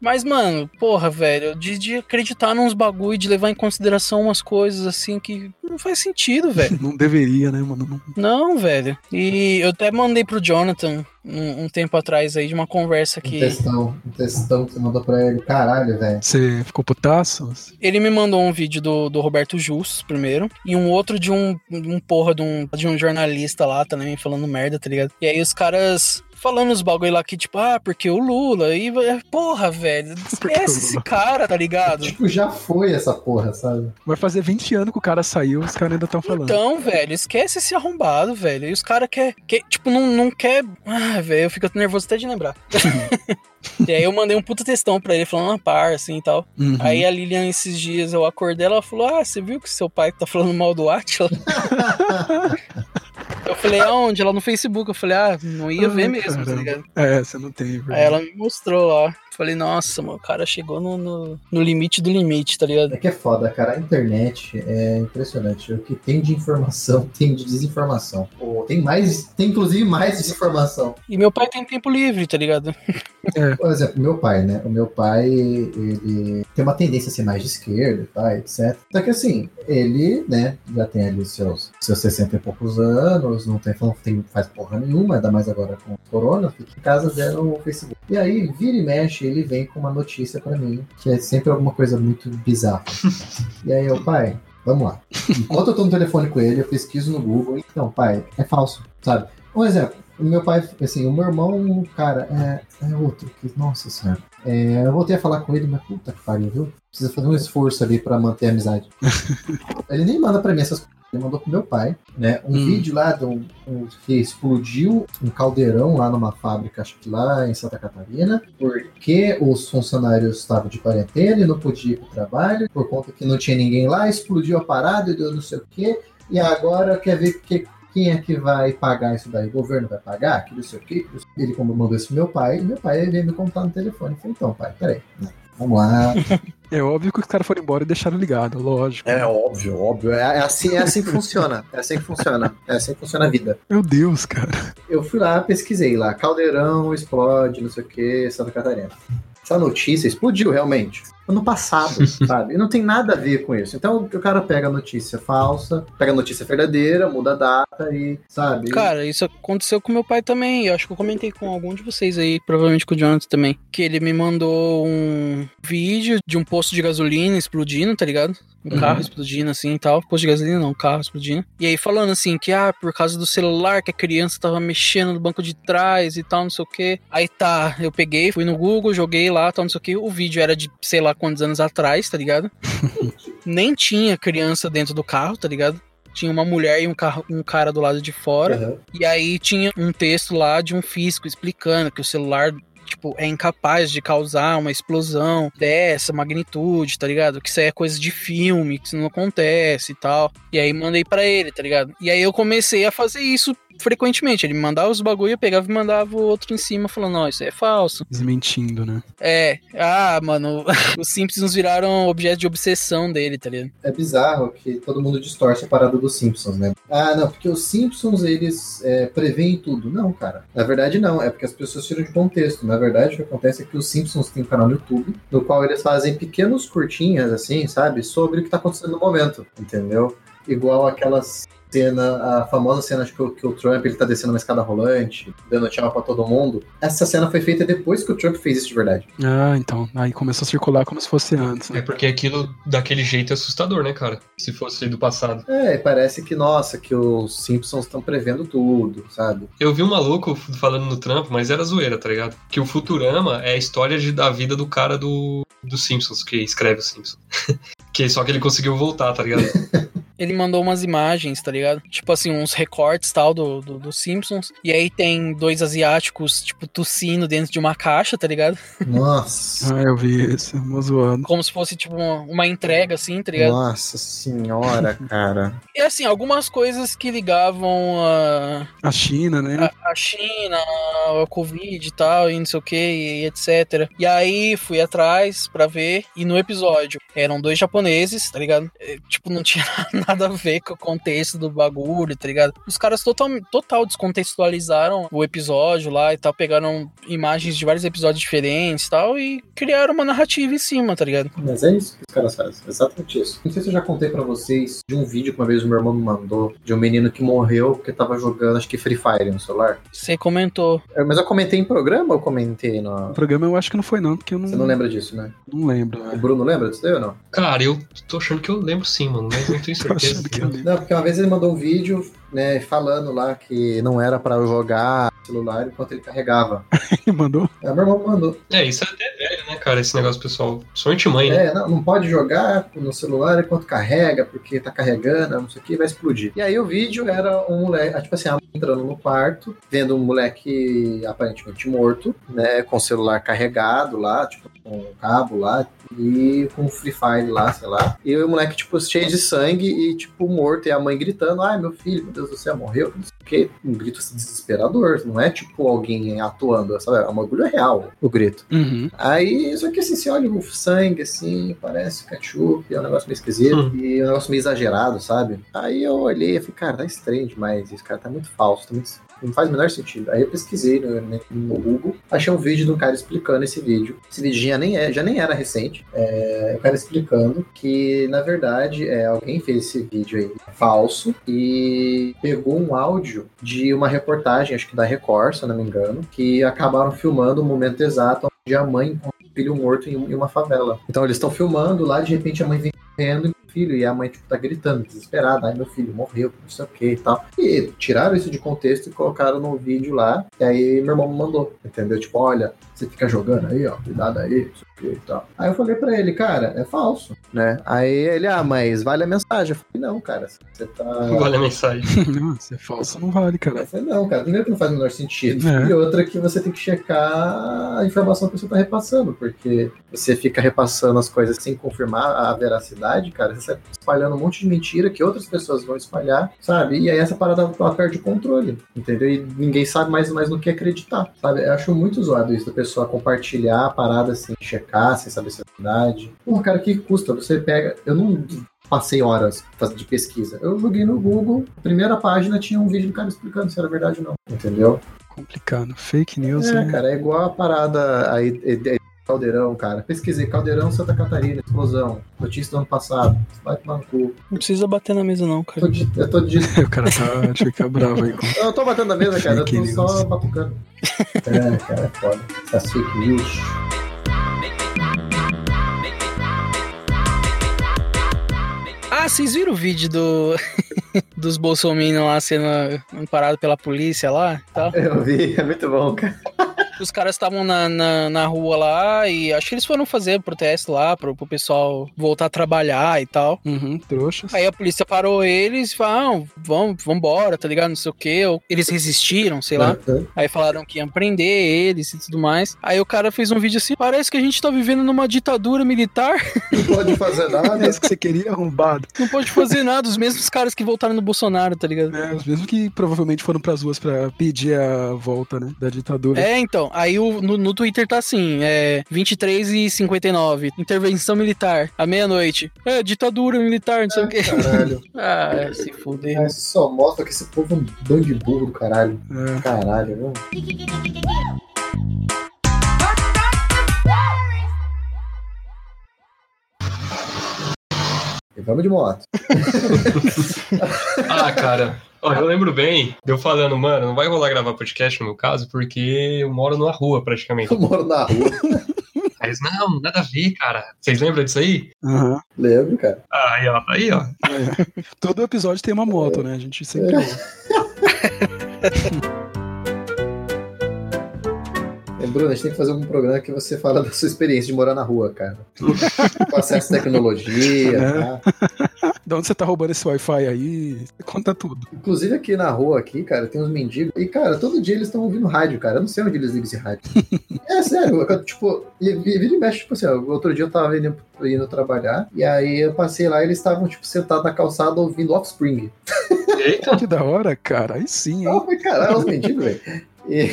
D: Mas, mano, porra, velho, de, de acreditar nos bagulho, de levar em consideração umas coisas assim que não faz sentido, velho.
C: Não deveria, né, mano? Não-
D: Não, velho. E eu até mandei pro Jonathan um, um tempo atrás aí de uma conversa
A: Um
D: que.
A: textão, um textão que você mandou pra ele. Caralho, velho.
C: Você ficou putaço?
D: Ele me mandou um vídeo do, do Roberto Jus, primeiro, e um outro de um, um porra de um, de um jornalista lá também falando merda, tá ligado? E aí os caras. Falando os bagulho lá que, tipo, ah, porque o Lula, e. é, Porra, velho,
C: [laughs] Porque o
D: esquece esse
C: Lula.
D: cara, tá ligado?
A: Tipo, já foi essa porra, sabe?
C: Vai fazer 20 anos que o cara saiu, os caras ainda estão falando.
D: Então, velho, esquece esse arrombado, velho. E os caras quer, quer, tipo, não, não quer. Ah, velho, eu fico nervoso até de
C: [laughs]
D: lembrar. [laughs] e aí eu mandei um puta textão pra ele falando uma par, assim e tal.
C: Uhum.
D: Aí a Lilian, esses dias, eu acordei, ela falou: Ah, você viu que seu pai tá falando mal
C: [laughs]
D: do Atila? eu falei, aonde? Ela no Facebook. Eu falei, ah, não ia ver
C: Ai,
D: mesmo, tá
C: caramba.
D: ligado?
C: É, você não tem, velho.
D: Aí ela me mostrou lá. Falei, nossa, mano, o cara chegou no, no, no limite do limite, tá ligado?
A: É que é foda, cara. A internet é impressionante. O que tem de informação, [laughs] tem de desinformação. Ou tem mais, tem inclusive mais desinformação.
D: E meu pai tem tempo livre, tá ligado?
A: Por exemplo, meu pai, né? O meu pai, ele tem uma tendência a ser mais de esquerda, tá, etc. Só que assim, ele, né, já tem ali os seus, seus 60 e poucos anos, não tem, não tem- faz porra nenhuma, ainda mais agora com o corona, fica em casa zero o Facebook. E aí, vira e mexe, ele vem com uma notícia pra mim, que é sempre alguma coisa muito bizarra. E aí, eu, pai, vamos lá. Enquanto eu tô no telefone com ele, eu pesquiso no Google, então, pai, é falso, sabe? Um exemplo,
I: O meu pai, assim, o meu irmão, cara, é, é outro. Que, nossa senhora. É, eu voltei a falar com ele, mas puta que pariu, viu? Precisa fazer um esforço ali pra manter a amizade. ele nem manda pra mim essas coisas. Ele mandou pro meu pai, né? Um
D: Hum.
I: vídeo lá de um, um- que explodiu um caldeirão lá numa fábrica, acho que lá em Santa Catarina, porque os funcionários estavam de quarentena e não podiam ir pro trabalho, por conta que não tinha ninguém lá, explodiu a parada e deu não sei o quê. E agora quer ver que, quem é que vai pagar isso daí? O governo vai pagar? Que não sei o quê. que não sei- Ele como mandou isso pro meu pai, e meu pai veio me contar no telefone. Eu falei, então, pai, peraí. né? Vamos lá.
C: É óbvio que os caras foram embora e deixaram ligado, lógico.
A: É óbvio, óbvio. É, é assim, é assim que funciona. É assim que funciona. É assim que funciona a vida.
C: Meu Deus, cara.
A: Eu fui lá, pesquisei lá. Caldeirão explode, não sei o que, Santa Catarina. Essa notícia explodiu realmente. Ano [laughs] passado, sabe? E não tem nada a ver com isso. Então o cara pega a notícia falsa, pega a notícia verdadeira, muda a data e, sabe?
D: Cara, isso aconteceu com meu pai também. Eu acho que eu comentei com algum de vocês aí, provavelmente com o Jonathan também. Que ele me mandou um vídeo de um posto de gasolina explodindo, tá ligado? Um
A: Uhum.
D: carro explodindo assim e tal. Posto de gasolina não, um carro explodindo. E aí falando assim que, ah, por causa do celular que a criança tava mexendo no banco de trás e tal, não sei o quê. Aí tá, eu peguei, fui no Google, joguei lá, tal, não sei o quê. O vídeo era de sei lá quantos anos atrás, tá ligado? Nem tinha criança dentro do carro, tá ligado? Tinha uma mulher e um, carro, um cara do lado de fora.
A: Uhum.
D: E aí tinha um texto lá de um físico explicando que o celular tipo é incapaz de causar uma explosão dessa magnitude, tá ligado? Que isso aí é coisa de filme, que isso não acontece e tal. E aí mandei pra ele, tá ligado? E aí eu comecei a fazer isso frequentemente. Ele me mandava os bagulho, eu pegava e mandava o outro em cima falando, não, isso aí é falso.
C: Desmentindo, né?
D: É, ah, mano, [laughs] os Simpsons viraram objeto de obsessão dele, tá ligado?
I: é bizarro que todo mundo distorce a parada dos Simpsons, né? Ah, não, porque os Simpsons eles é, preveem tudo. Não, cara. Na verdade, não. É porque as pessoas tiram de contexto. Na verdade, o que acontece é que os Simpsons têm um canal no YouTube, no qual eles fazem pequenos curtinhas, assim, sabe? Sobre o que tá acontecendo no momento, entendeu? Igual aquelas cena, a famosa cena acho que, o- que o Trump ele tá descendo uma escada rolante, dando tchau pra todo mundo. Essa cena foi feita depois que o Trump fez isso de verdade.
C: Ah, então. Aí começou a circular como se fosse antes.
B: É
C: Né?
B: porque aquilo daquele jeito é assustador, né, cara? Se fosse do passado.
A: É, e parece que, nossa, que os Simpsons estão prevendo tudo, sabe?
B: Eu vi um maluco falando no trampo, mas era zoeira, tá ligado? Que o Futurama é a história de- da vida do cara do, do Simpsons, que escreve o Simpsons. [laughs] que só que ele conseguiu voltar, tá [laughs] ligado?
D: ele mandou umas imagens, tá ligado? Tipo assim, uns recortes tal do, do, do Simpsons. E aí tem dois asiáticos, tipo, tossindo dentro de uma caixa, tá ligado?
A: Nossa.
C: Ah, eu vi esse. Uma zoando.
D: Como se fosse, tipo, uma, uma entrega, assim, tá
A: Uhum.
D: ligado?
A: Nossa senhora, cara.
D: E assim, algumas coisas que ligavam a,
C: A China, né?
D: a, a China, a Covid e tal, e não sei o que, e etc. E aí fui atrás pra ver, e no episódio eram dois japoneses, tá ligado? É, tipo, não tinha [laughs] nada a ver com o contexto do bagulho, tá ligado? Os caras total, total descontextualizaram o episódio lá e tal, pegaram imagens de vários episódios diferentes e tal, e criaram uma narrativa em cima, tá ligado?
A: Mas é isso que os caras fazem, exatamente isso. Não sei se eu já contei pra vocês de um vídeo que uma vez o meu irmão me mandou, de um menino que morreu porque tava jogando, acho que Free Fire no celular.
D: Você comentou.
A: É, Mas eu comentei em programa ou comentei no...
C: O programa eu acho que não foi, não, porque eu não,
A: Você não lembra disso, né?
C: não lembro. né?
A: O Bruno lembra disso daí ou não?
B: Cara, eu tô achando que eu lembro sim, mano, mas não tenho
C: Tô
B: certeza.
C: achando que eu lembro.
A: Não, porque uma vez ele mandou um vídeo, né, falando lá que não era pra eu jogar celular enquanto ele carregava.
C: Ele mandou.
A: É, meu irmão mandou.
B: É, isso é até velho, né, cara, esse negócio pessoal. Somente mãe, né?
A: É, não, não pode jogar no celular enquanto carrega, porque tá carregando, não sei o que, vai explodir. E aí o vídeo era um moleque, ah, tipo assim, a mãe entrando no quarto, vendo um moleque aparentemente morto, né, com o celular carregado lá, tipo, com o cabo lá, e com o Free Fire lá, sei lá. E o moleque, tipo, cheio de sangue e, tipo, morto, e a mãe gritando, ai, meu filho, meu Deus do céu, morreu, não sei o quê. Um grito assim, desesperador, não é, tipo, alguém atuando, sabe? É um bagulho real, o grito.
C: Uhum.
A: Aí, só que assim, você olha o sangue, assim, parece ketchup, é um negócio meio esquisito,
B: Hum.
A: e é um negócio meio exagerado, sabe? Aí eu olhei e falei, cara, tá estranho demais isso, cara, tá muito falso, tá muito- não faz o menor sentido. Aí eu pesquisei no, no Google, achei um vídeo de um cara explicando esse vídeo. Esse vídeo já nem, é, já nem era recente, é, o cara explicando que, na verdade, é, alguém fez esse vídeo aí falso e pegou um áudio de uma reportagem, acho que da Record, se eu não me engano, que acabaram filmando o momento exato onde a mãe encontra o filho morto em, um- em uma favela. Então eles estão filmando lá, de repente a mãe vem correndo e filho e a mãe, tipo, tá gritando, desesperada, ai meu filho morreu, não sei o que e tal. E tiraram isso de contexto e colocaram no vídeo lá, e aí meu irmão me mandou, entendeu? Tipo, olha, você fica jogando aí, ó, cuidado aí, não sei o que e tal. Aí eu falei pra ele, cara, é falso, né? Aí ele, ah, mas vale a mensagem. Eu falei, não, cara, você tá...
C: É.
B: Olha a mensagem.
C: Não, se é falso, não vale, cara.
A: Eu falei, não, cara, primeiro que não faz o menor sentido.
C: É.
A: E outra que você tem que checar a informação que você tá repassando, porque você fica repassando as coisas sem confirmar a veracidade, cara, você sai espalhando um monte de mentira que outras pessoas vão espalhar, sabe? E aí essa parada ela perde o controle, entendeu? E ninguém sabe mais, mais no que acreditar, sabe? Eu acho muito zoado isso da pessoa compartilhar a parada sem checar, sem saber se é verdade. Pô, cara, o que custa? Você pega. Eu não passei horas faz- de pesquisa. Eu joguei no Google, a primeira página tinha um vídeo do cara explicando se era verdade ou não. Entendeu?
C: Complicado. Fake news,
A: É,
C: né?
A: cara, é igual a parada aí. é- é- Caldeirão, cara. Pesquisei Caldeirão, Santa Catarina, explosão. Notícia do ano passado. Vai tomar no cu.
D: Não precisa bater na mesa, não,
A: Eu tô,
D: cara.
A: de- eu tô de-
C: [laughs] O cara tá, fica bravo aí.
A: Eu não tô batendo na mesa, cara. Eu tô
C: Fake news.
A: só batucando. [laughs] É, cara, é foda. Essas fake news.
D: Ah, vocês viram o vídeo do [laughs] dos bolsominions lá sendo amparado pela polícia lá e tal?
A: Eu vi, é muito bom, cara.
D: Os caras estavam na, na, na rua lá e acho que eles foram fazer protesto lá pro, pro pessoal voltar a trabalhar e tal.
C: Uhum, trouxas.
D: Aí a polícia parou eles e falaram, ah, vamos, vambora, tá ligado? Não sei o quê. Ou Eles resistiram, sei
A: Uhum.
D: lá. Aí falaram que iam prender eles e tudo mais. Aí o cara fez um vídeo assim: parece que a gente tá vivendo numa ditadura militar, [laughs]
A: Não pode fazer
C: É
A: nada.
C: isso que você queria, arrombado.
D: não pode fazer nada. Os mesmos caras que voltaram no Bolsonaro, tá ligado?
C: Né? Os mesmos que provavelmente foram pras ruas pra pedir a volta, né? Da ditadura.
D: É, então, aí o- no, no Twitter tá assim, é 23 e 59, intervenção militar, à meia-noite. É, ditadura militar, não sei o
A: [laughs]
D: quê.
A: Caralho.
D: Ah, é, se fuder.
A: Mas só mostra que esse povo é um bando de burro do caralho.
C: É.
A: Caralho, né? viu? E vamos de moto.
B: Ah, cara. Ó, eu lembro bem de eu falando, mano, não vai rolar gravar podcast no meu caso, porque eu moro numa rua praticamente.
A: Eu moro na rua.
B: Aí eles, não, nada a ver, cara. Vocês lembram disso aí?
C: Aham.
A: Lembro, cara.
B: Ah, Aí, ó, aí, ó.
C: Todo episódio tem uma moto, né? A gente sempre.
A: E, Bruno, a gente tem que fazer um programa que você fala [laughs] da sua experiência de morar na rua, cara. Com acesso à tecnologia, tá?
C: De onde você tá roubando esse Wi-Fi aí? Conta tudo.
A: Inclusive aqui na rua, aqui, cara, tem uns mendigos. E, cara, todo dia eles estão ouvindo rádio, cara. Eu não sei onde eles ligam esse rádio. é sério, eu, tipo, e, e vira e mexe, tipo assim, ó, outro dia eu tava indo, indo trabalhar, e aí eu passei lá e eles estavam, tipo, sentados na calçada ouvindo offspring.
B: Eita,
C: Que da hora, cara. Aí sim,
A: Eu
C: hein?
A: falei, caralho, os mendigos, velho. E,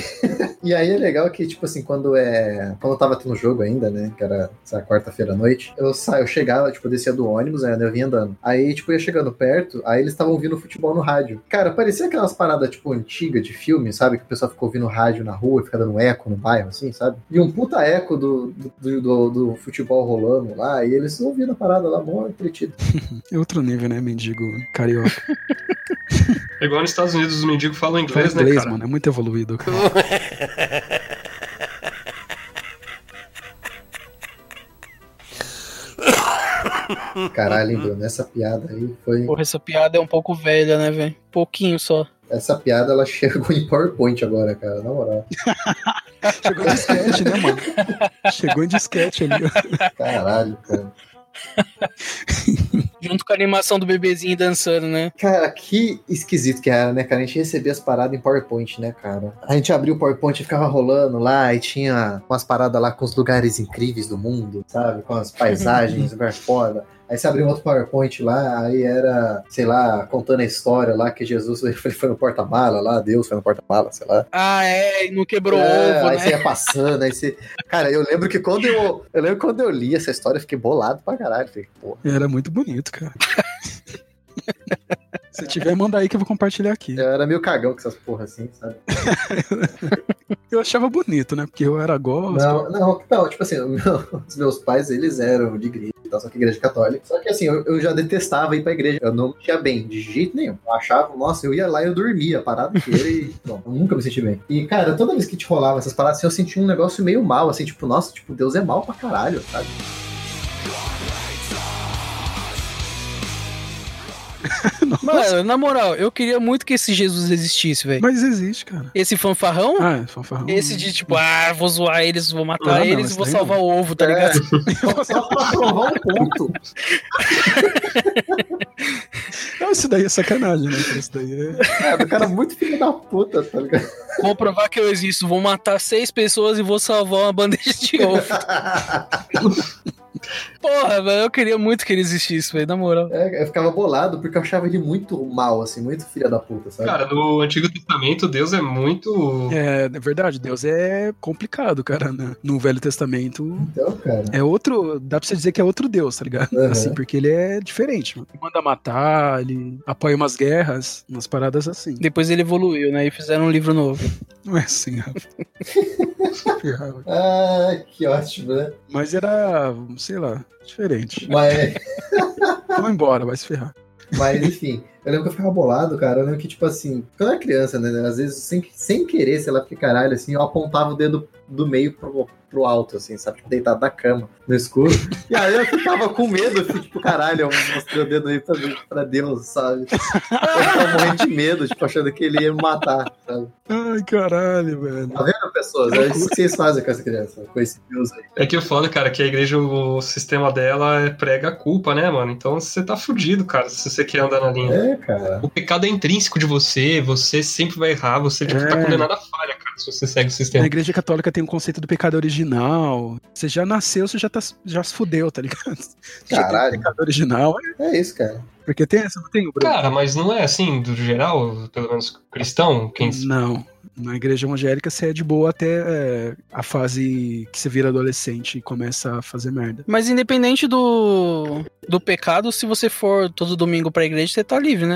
A: [laughs] e aí é legal que, tipo assim, quando é. Quando eu tava tendo jogo ainda, né? Que era essa quarta-feira à noite, eu saio, eu chegava, tipo, eu descia do ônibus, aí eu vinha andando. Aí, tipo, eu ia chegando perto, aí eles estavam ouvindo futebol no rádio. Cara, parecia aquelas paradas, tipo, antigas de filme, sabe? Que o pessoal ficou ouvindo rádio na rua e fica dando eco no bairro, assim, sabe? E um puta eco do, do, do- do futebol rolando lá, e eles ouvindo a parada lá, mó entretido.
C: É outro nível, né, mendigo carioca?
B: é igual nos Estados Unidos os mendigos falam
C: Fala
B: inglês, né,
C: inglês,
B: cara?
C: mano. É muito evoluído, cara.
A: Caralho, hein, Bruno? Essa piada aí foi.
D: Porra, essa piada é um pouco velha, né, velho? Pouquinho só.
A: Essa piada ela [laughs] chegou em PowerPoint agora, cara, na moral.
C: Chegou em disquete, né, mano? Chegou em disquete ali. ó.
A: Caralho, cara.
D: Junto com a animação do bebezinho dançando, né?
A: Cara, que esquisito que era, né, cara? A gente recebia as paradas em PowerPoint, né, cara? A gente abria o PowerPoint e ficava rolando lá e tinha umas paradas lá com os lugares incríveis do mundo, sabe? Com as
D: [laughs]
A: paisagens, lugar foda. Aí você abriu outro PowerPoint lá, aí era, sei lá, contando a história lá que Jesus [laughs] ele foi no porta-mala lá, Deus foi no porta-mala, sei lá.
D: Ah, é, e não quebrou
A: É,
D: ovo,
A: aí
D: né?
A: você ia passando, aí você. Cara, eu lembro que quando eu. Eu lembro quando eu li essa história, eu fiquei bolado pra caralho. Falei, porra.
C: Era muito bonito, cara. Se tiver, manda aí que eu vou compartilhar aqui.
A: Eu era meio cagão com essas porra assim, sabe?
C: Eu achava bonito, né? Porque eu era gospel.
A: Não, não, não, tipo assim, [laughs] o meu- os meus pais, eles eram de igreja, e tal, só que igreja católica. Só que assim, eu, eu já detestava ir pra igreja, eu não me sentia bem, de jeito nenhum. Eu achava, nossa, eu ia lá e eu dormia, a parada inteira e, [laughs] não, eu nunca me senti bem. E, cara, toda vez que te rolava essas paradas, assim, eu sentia um negócio meio mal, assim, tipo, tá nossa, tipo, Deus é mal pra caralho, sabe?
D: Mano, na moral, eu queria muito que esse Jesus existisse, velho.
C: Mas existe, cara.
D: Esse fanfarrão,
C: Ah, é fanfarrão.
D: esse de tipo, ah, vou zoar eles, vou matar
C: Ah, não,
D: eles,
C: esse
D: vou
C: daí
D: salvar o ovo, tá ligado?
A: [laughs] Só pra provar um ponto.
C: Não, isso daí é sacanagem, né? Isso daí é...
A: É, do cara muito filho da puta, tá ligado?
D: Vou provar que eu existo, vou matar seis pessoas e vou salvar uma bandeja de ovo. Porra, velho, eu queria muito que ele existisse, velho, na moral.
A: É, eu ficava bolado porque eu achava ele muito mal, assim, muito filha da puta, sabe?
B: Cara, no Antigo Testamento, Deus é muito.
C: É, é verdade, Deus é complicado, cara. né? No Velho Testamento
A: Então, cara.
C: é outro. Dá pra você dizer que é outro Deus, tá ligado?
A: Uhum.
C: Assim, porque ele é diferente, mano. Ele Manda matar, ele apoia umas guerras, umas paradas assim.
D: Depois ele evoluiu, né? E fizeram um livro novo.
C: Não é assim, Rafa. Ferrava.
A: Ah, que ótimo, né?
C: Mas era, sei lá, diferente.
A: Mas,
C: Vamos embora, vai se ferrar.
A: mas, enfim, eu lembro que eu ficava bolado, cara. Eu lembro que, tipo assim, quando eu era criança, né? Às vezes, sem, sem querer, sei lá, porque caralho, assim, eu apontava o dedo do meio pro, pro alto, assim, sabe? Tipo, deitado na cama, no escuro. E aí eu ficava com medo, assim, tipo, caralho, eu mostrei o dedo aí pra, pra Deus, sabe? Eu ficava morrendo de medo, tipo, achando que ele ia me matar, sabe?
C: Ai, caralho, velho.
A: Tá vendo, pessoas? É isso que vocês fazem com essa criança, com esse Deus aí.
B: É que o foda, cara, que a igreja, o sistema dela é prega a culpa, né, mano? Então você tá fudido, cara, se você quer andar na linha.
A: É, cara.
B: O pecado é intrínseco de você, você sempre vai errar, você tipo,
C: É.
B: tá condenado à falha, cara, se você segue o
C: Na
B: sistema.
C: igreja católica tem um conceito do pecado original. Você já nasceu, você já, tá, já se fudeu, tá ligado? Já tem
A: Caralho.
C: pecado original. é,
A: É isso, cara.
C: Porque tem essa, não tem o Bruno?
B: Cara, mas não é assim, do geral, pelo menos cristão, quem
C: Não. Na igreja evangélica você é de boa até é, a fase que você vira adolescente e começa a fazer merda.
D: Mas independente do, do pecado, se você for todo domingo pra igreja, você tá livre, né?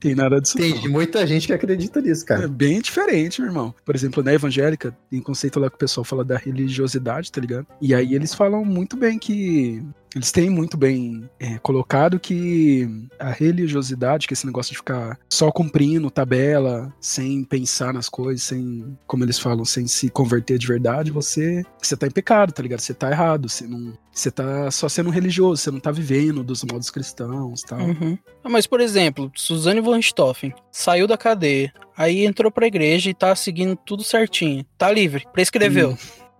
C: Tem nada disso.
A: Tem
C: não.
A: de muita gente que acredita nisso,
C: É
A: cara.
C: bem diferente, meu irmão. Por exemplo, na evangélica, tem conceito lá que o pessoal fala da religiosidade, tá ligado? E aí eles falam muito bem que. Eles têm muito bem é, colocado que a religiosidade, que esse negócio de ficar só cumprindo tabela, sem pensar nas coisas, sem, como eles falam, sem se converter de verdade, você, você tá em pecado, tá ligado? Você tá errado, você não. Você tá só sendo religioso, você não tá vivendo dos modos cristãos tal.
D: Uhum. Ah, Mas, por exemplo, Suzane von Richthofen saiu da cadeia, aí entrou pra igreja e tá seguindo tudo certinho. Tá livre, prescreveu.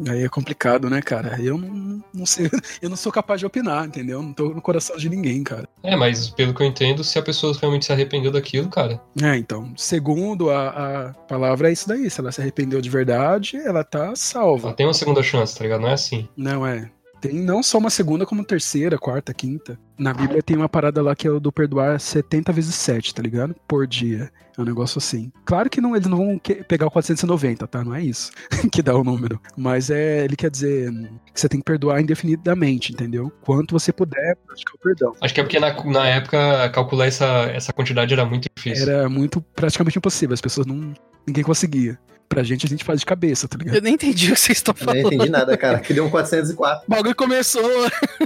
C: Aí é complicado, né, cara? Eu não, não sei, [laughs] eu não sou capaz de opinar, entendeu? Não tô no coração de ninguém, cara.
B: É, mas pelo que eu entendo, se a pessoa realmente se arrependeu daquilo, cara.
C: É, então, segundo a, a palavra, é isso daí. Se ela se arrependeu de verdade, ela tá
B: Ela
C: salva.
B: tem uma segunda chance, tá ligado? Não é assim.
C: Não é. Tem não só uma segunda, como terceira, quarta, quinta. Na Bíblia tem uma parada lá que é o do perdoar 70 vezes 7, tá ligado? Por dia. É um negócio assim. Claro que não, eles não vão que- pegar o 490, tá? Não é isso [laughs] que dá o número. Mas é, ele quer dizer que você tem que perdoar indefinidamente, entendeu? Quanto você puder praticar o perdão.
B: Acho que é porque na, na época calcular essa, essa quantidade era muito difícil.
C: Era muito praticamente impossível, as pessoas não. ninguém conseguia. Pra gente, a gente faz de cabeça, tá ligado?
D: Eu nem entendi o que vocês estão
A: Não
D: falando.
A: entendi nada, cara. Que deu um 404.
D: O bagulho começou.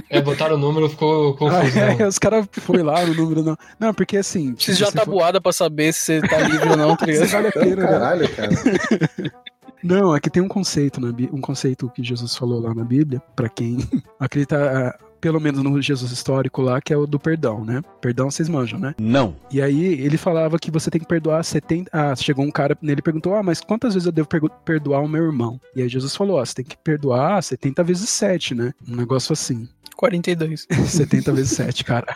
B: É, botaram o número, ficou confuso.
C: Ah,
B: né?
C: [laughs] é, os caras foi lá no número, não. Não, porque assim.
D: Preciso de uma
C: você for-
D: tabuada tá pra saber se você tá livre ou não, tá
C: se
D: ligado?
C: [laughs] vale a pena, né?
A: Caralho,
C: [laughs]
A: cara.
C: Não, é que tem um conceito na Bí- um conceito que Jesus falou lá na Bíblia, pra quem [laughs] acredita ah, pelo menos no Jesus histórico lá, que é o do perdão, né? Perdão vocês manjam, né?
E: Não.
C: E aí ele falava que você tem que perdoar 70. Ah, chegou um cara nele e perguntou: "Ah, mas quantas vezes eu devo pergu- perdoar o meu irmão?" E aí Jesus falou: "Ó, você tem que perdoar 70 vezes 7, né? Um negócio assim.
D: 42.
C: [laughs] 70 vezes 7, cara.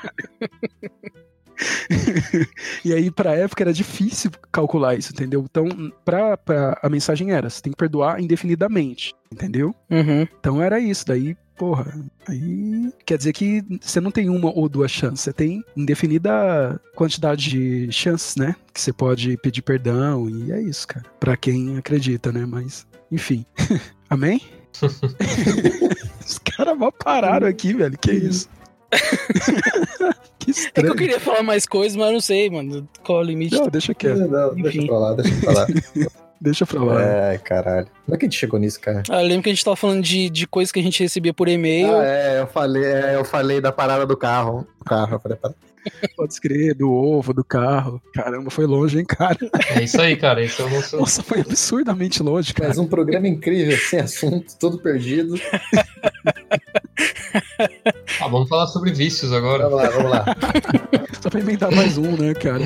C: e aí, pra época, era difícil calcular isso, entendeu? Então, pra, pra, a mensagem era: você tem que perdoar indefinidamente, entendeu?
D: Uhum.
C: Então era isso. Daí, porra, aí quer dizer que você não tem uma ou duas chances, você tem indefinida quantidade de chances, né? Que você pode pedir perdão, e é isso, cara. Pra quem acredita, né? Mas, enfim. [laughs]
D: [laughs]
C: Amém? Os caras mal pararam aqui, velho. Que
D: [laughs]
C: isso? que
D: É que
C: estranho.
D: eu queria falar mais coisas, mas eu não sei, mano. Qual é É. o limite?
C: Não, deixa quieto.
A: Não, deixa pra lá, deixa
C: [laughs]
A: pra lá.
C: Deixa pra lá.
A: Ai, caralho. Como é que a gente chegou nisso, cara?
D: Ah, eu lembro que a gente tava falando de, de coisas que a gente recebia por e-mail.
A: Ah, é, eu falei, é, eu falei da parada do carro. Do carro, eu falei, parada.
C: Pode escrever, do ovo, do carro. Caramba, foi longe, hein,
D: [laughs]
C: cara?
B: É isso aí, cara. Isso é o nosso.
C: Nossa, foi absurdamente longe, cara.
A: Mas um programa incrível, sem assunto, todo perdido.
B: Ah, vamos falar sobre vícios agora.
A: Vamos lá, vamos lá.
C: Só pra inventar mais um, né, cara?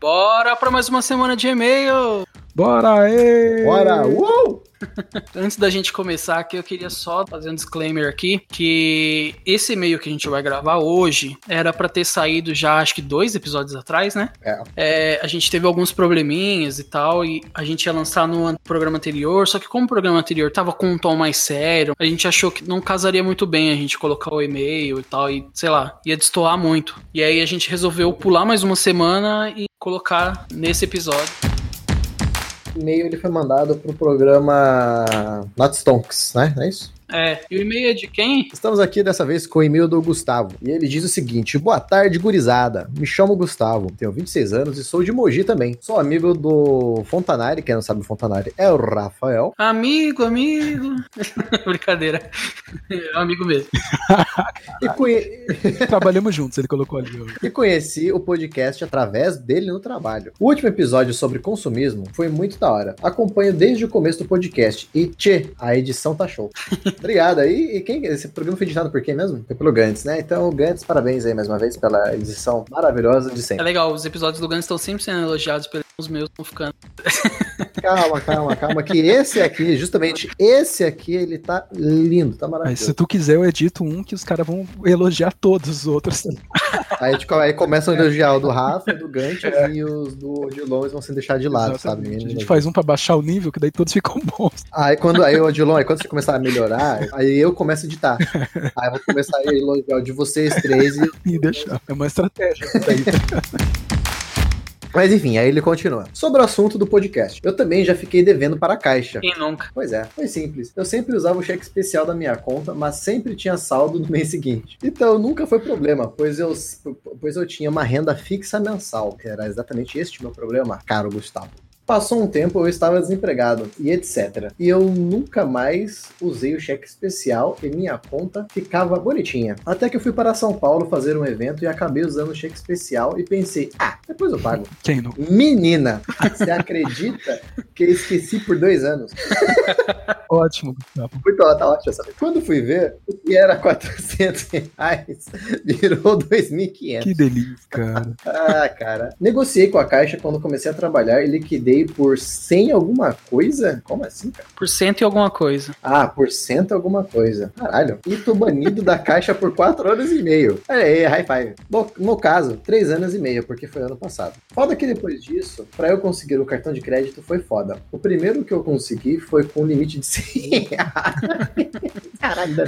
D: Bora pra mais uma semana de e-mail!
C: Bora aí! [laughs]
A: Bora! Uou!
D: Antes da gente começar aqui, eu queria só fazer um disclaimer aqui, que esse e-mail que a gente vai gravar hoje era pra ter saído já, acho que dois episódios atrás, né?
A: É.
D: É, a gente teve alguns probleminhas e tal, e a gente ia lançar no an- programa anterior, só que como o programa anterior tava com um tom mais sério, a gente achou que não casaria muito bem a gente colocar o e-mail e tal, e sei lá, ia destoar muito. E aí a gente resolveu pular mais uma semana e colocar nesse episódio.
A: O e-mail ele foi mandado pro programa Not Stonks, né? É isso?
D: É, e o e-mail é de quem?
A: Estamos aqui dessa vez com o e-mail do Gustavo. E ele diz o seguinte: Boa tarde, gurizada. Me chamo Gustavo, tenho 26 anos e sou de Mogi também. Sou amigo do Fontanari, quem não sabe o Fontanari é o Rafael.
D: Amigo, amigo. [laughs] Brincadeira. É um amigo mesmo.
A: E, conhe-
C: Trabalhamos juntos, ele colocou ali. ó.
A: e conheci o podcast através dele no trabalho. O último episódio sobre consumismo foi muito da hora. Acompanho desde o começo do podcast. E tchê, a edição tá show. Obrigado. E, e quem, esse programa foi editado por quem mesmo? Foi pelo Gantz, né? Então, Gantz, parabéns aí mais uma vez pela edição maravilhosa de
D: É
A: sempre.
D: legal, os episódios do Gans estão sempre sendo elogiados pelos meus, estão ficando.
A: Calma, calma, calma. Que esse aqui, justamente esse aqui, ele tá lindo, tá
C: Aí, se
A: maravilhoso.
C: tu quiser, eu edito um que os caras vão elogiar todos os outros. tá-
A: Aí, tipo, aí
C: É.
A: começam a elogiar o do Rafa, do Gantz e os do Odilon eles vão se deixar de lado, sabe?
C: Exatamente. A gente faz um pra baixar o nível, que daí todos ficam bons. [laughs]
A: Aí quando aí o Odilon, aí quando você começar a melhorar, aí eu começo a editar. Aí eu vou começar a elogiar o de vocês três. e-
C: E deixar. É uma estratégia. né?
A: Mas enfim, aí ele continua. Sobre o assunto do podcast, eu também já fiquei devendo para a caixa.
D: Quem nunca?
A: Pois é, foi simples. Eu sempre usava o cheque especial da minha conta, mas sempre tinha saldo no [laughs] mês seguinte. Então nunca foi problema, pois eu, pois eu tinha uma renda fixa mensal. Era exatamente este meu problema, caro Gustavo. Passou um tempo, eu estava desempregado e etc. E eu nunca mais usei o cheque especial e minha conta ficava bonitinha. Até que eu fui para São Paulo fazer um evento e acabei usando o cheque especial e pensei, ah, depois eu pago.
C: Quem não?
A: Menina, você acredita que eu esqueci por dois anos?
C: Ótimo, Gustavo.
A: Muito ó, tá ótimo essa. Quando fui ver, o que era 400 reais virou 2.500.
C: Que delícia, cara.
A: Ah, cara. Negociei com a Caixa quando comecei a trabalhar e liquidei por 100 alguma coisa? Como assim, cara?
D: Por cento e alguma coisa.
A: Ah, por cento alguma coisa. Caralho. E tô banido da Caixa por 4 anos e meio. Olha aí, high five. No, no caso, 3 anos e meio, porque foi ano passado. Foda que depois disso, pra eu conseguir o cartão de crédito foi foda. O primeiro que eu consegui foi com um limite de 100 reais. [laughs] Caralho, dá.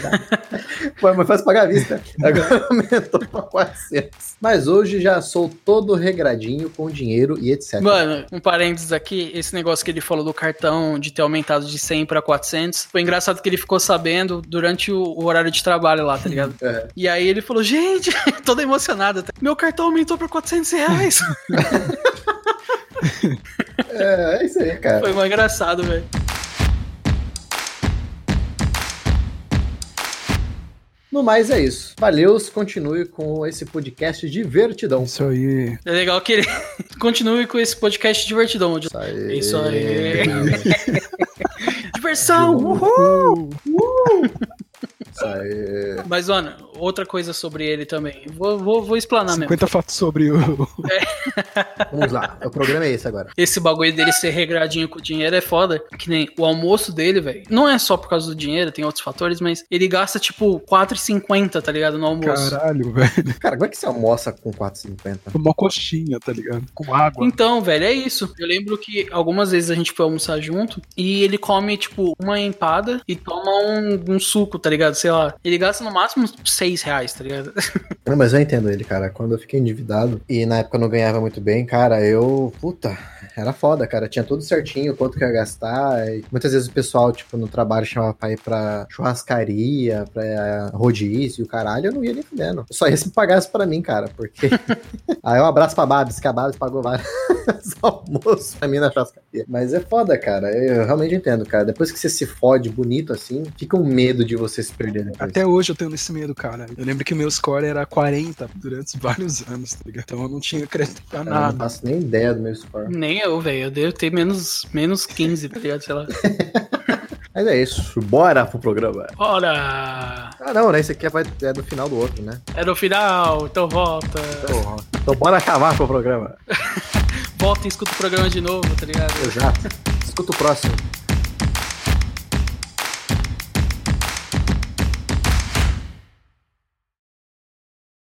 A: Foi é mais fácil pagar à vista. Agora aumentou pra 400. Mas hoje já sou todo regradinho com dinheiro e etc.
D: Mano, um parênteses aqui, esse negócio que ele falou do cartão de ter aumentado de 100 pra 400, foi engraçado que ele ficou sabendo durante o, o horário de trabalho lá, tá ligado?
A: É.
D: E aí ele falou, gente, [laughs] todo emocionado, tá? meu cartão aumentou pra 400 reais.
A: É, é isso aí, cara.
D: Foi mais engraçado, velho.
A: No mais é isso. Valeus, continue com esse podcast divertidão.
C: Isso aí.
D: É legal que ele [laughs] continue com esse podcast divertidão,
A: Isso aí.
D: Isso aí. [laughs] Diversão!
C: Uh!
D: Uhul!
A: Isso aí.
D: Mas, mano, outra coisa sobre ele também. Vou, vou, vou explanar mesmo.
C: 50 fatos sobre o.
A: Vamos lá. O programa é esse agora.
D: Esse bagulho dele ser regradinho com o dinheiro é foda. Que nem o almoço dele, velho. Não é só por causa do dinheiro, tem outros fatores, mas ele gasta tipo 4,50, tá ligado? No almoço.
C: Caralho, velho.
A: Cara, como é que você almoça com 4,50?
C: Uma coxinha, tá ligado? Com água.
D: Então, velho, é isso. Eu lembro que algumas vezes a gente foi almoçar junto e ele come, tipo, uma empada e toma um, um suco, tá ligado? Sei lá. Ele gasta no máximo 6 reais, tá ligado?
A: Não, mas eu entendo ele, cara. Quando eu fiquei endividado e na época eu não ganhava muito bem, cara, eu. Puta. era foda, cara. Tinha tudo certinho, quanto que ia gastar. E muitas vezes o pessoal, tipo, no trabalho chamava pra ir pra churrascaria, pra rodízio, caralho, eu não ia nem fudendo. Só ia se pagasse pra mim, cara,
C: [laughs]
A: porque... Aí um abraço pra Babs, que a Babs pagou vários [laughs] almoços pra mim na churrascaria. Mas é foda, cara. Eu realmente entendo, cara. Depois que você se fode bonito assim, fica um medo de você se perder depois.
C: Até hoje eu tenho esse medo, cara. Eu lembro que o meu score era 40 durante vários anos, tá ligado? Então eu não tinha crédito pra
A: Cara, eu não
C: nada.
A: faço nem ideia do meu score.
D: [laughs] Nem eu, velho. Eu devo ter menos, menos 15, tá ligado? Sei lá.
A: Mas é isso, bora pro programa.
D: Ora!
A: Ah, não, né? Esse aqui é, vai- é do final do outro, né?
D: É no final, então volta.
A: Porra. Então bora acabar com o programa.
D: Volta e escuta o programa de novo, tá ligado?
A: Exato. Escuta o próximo.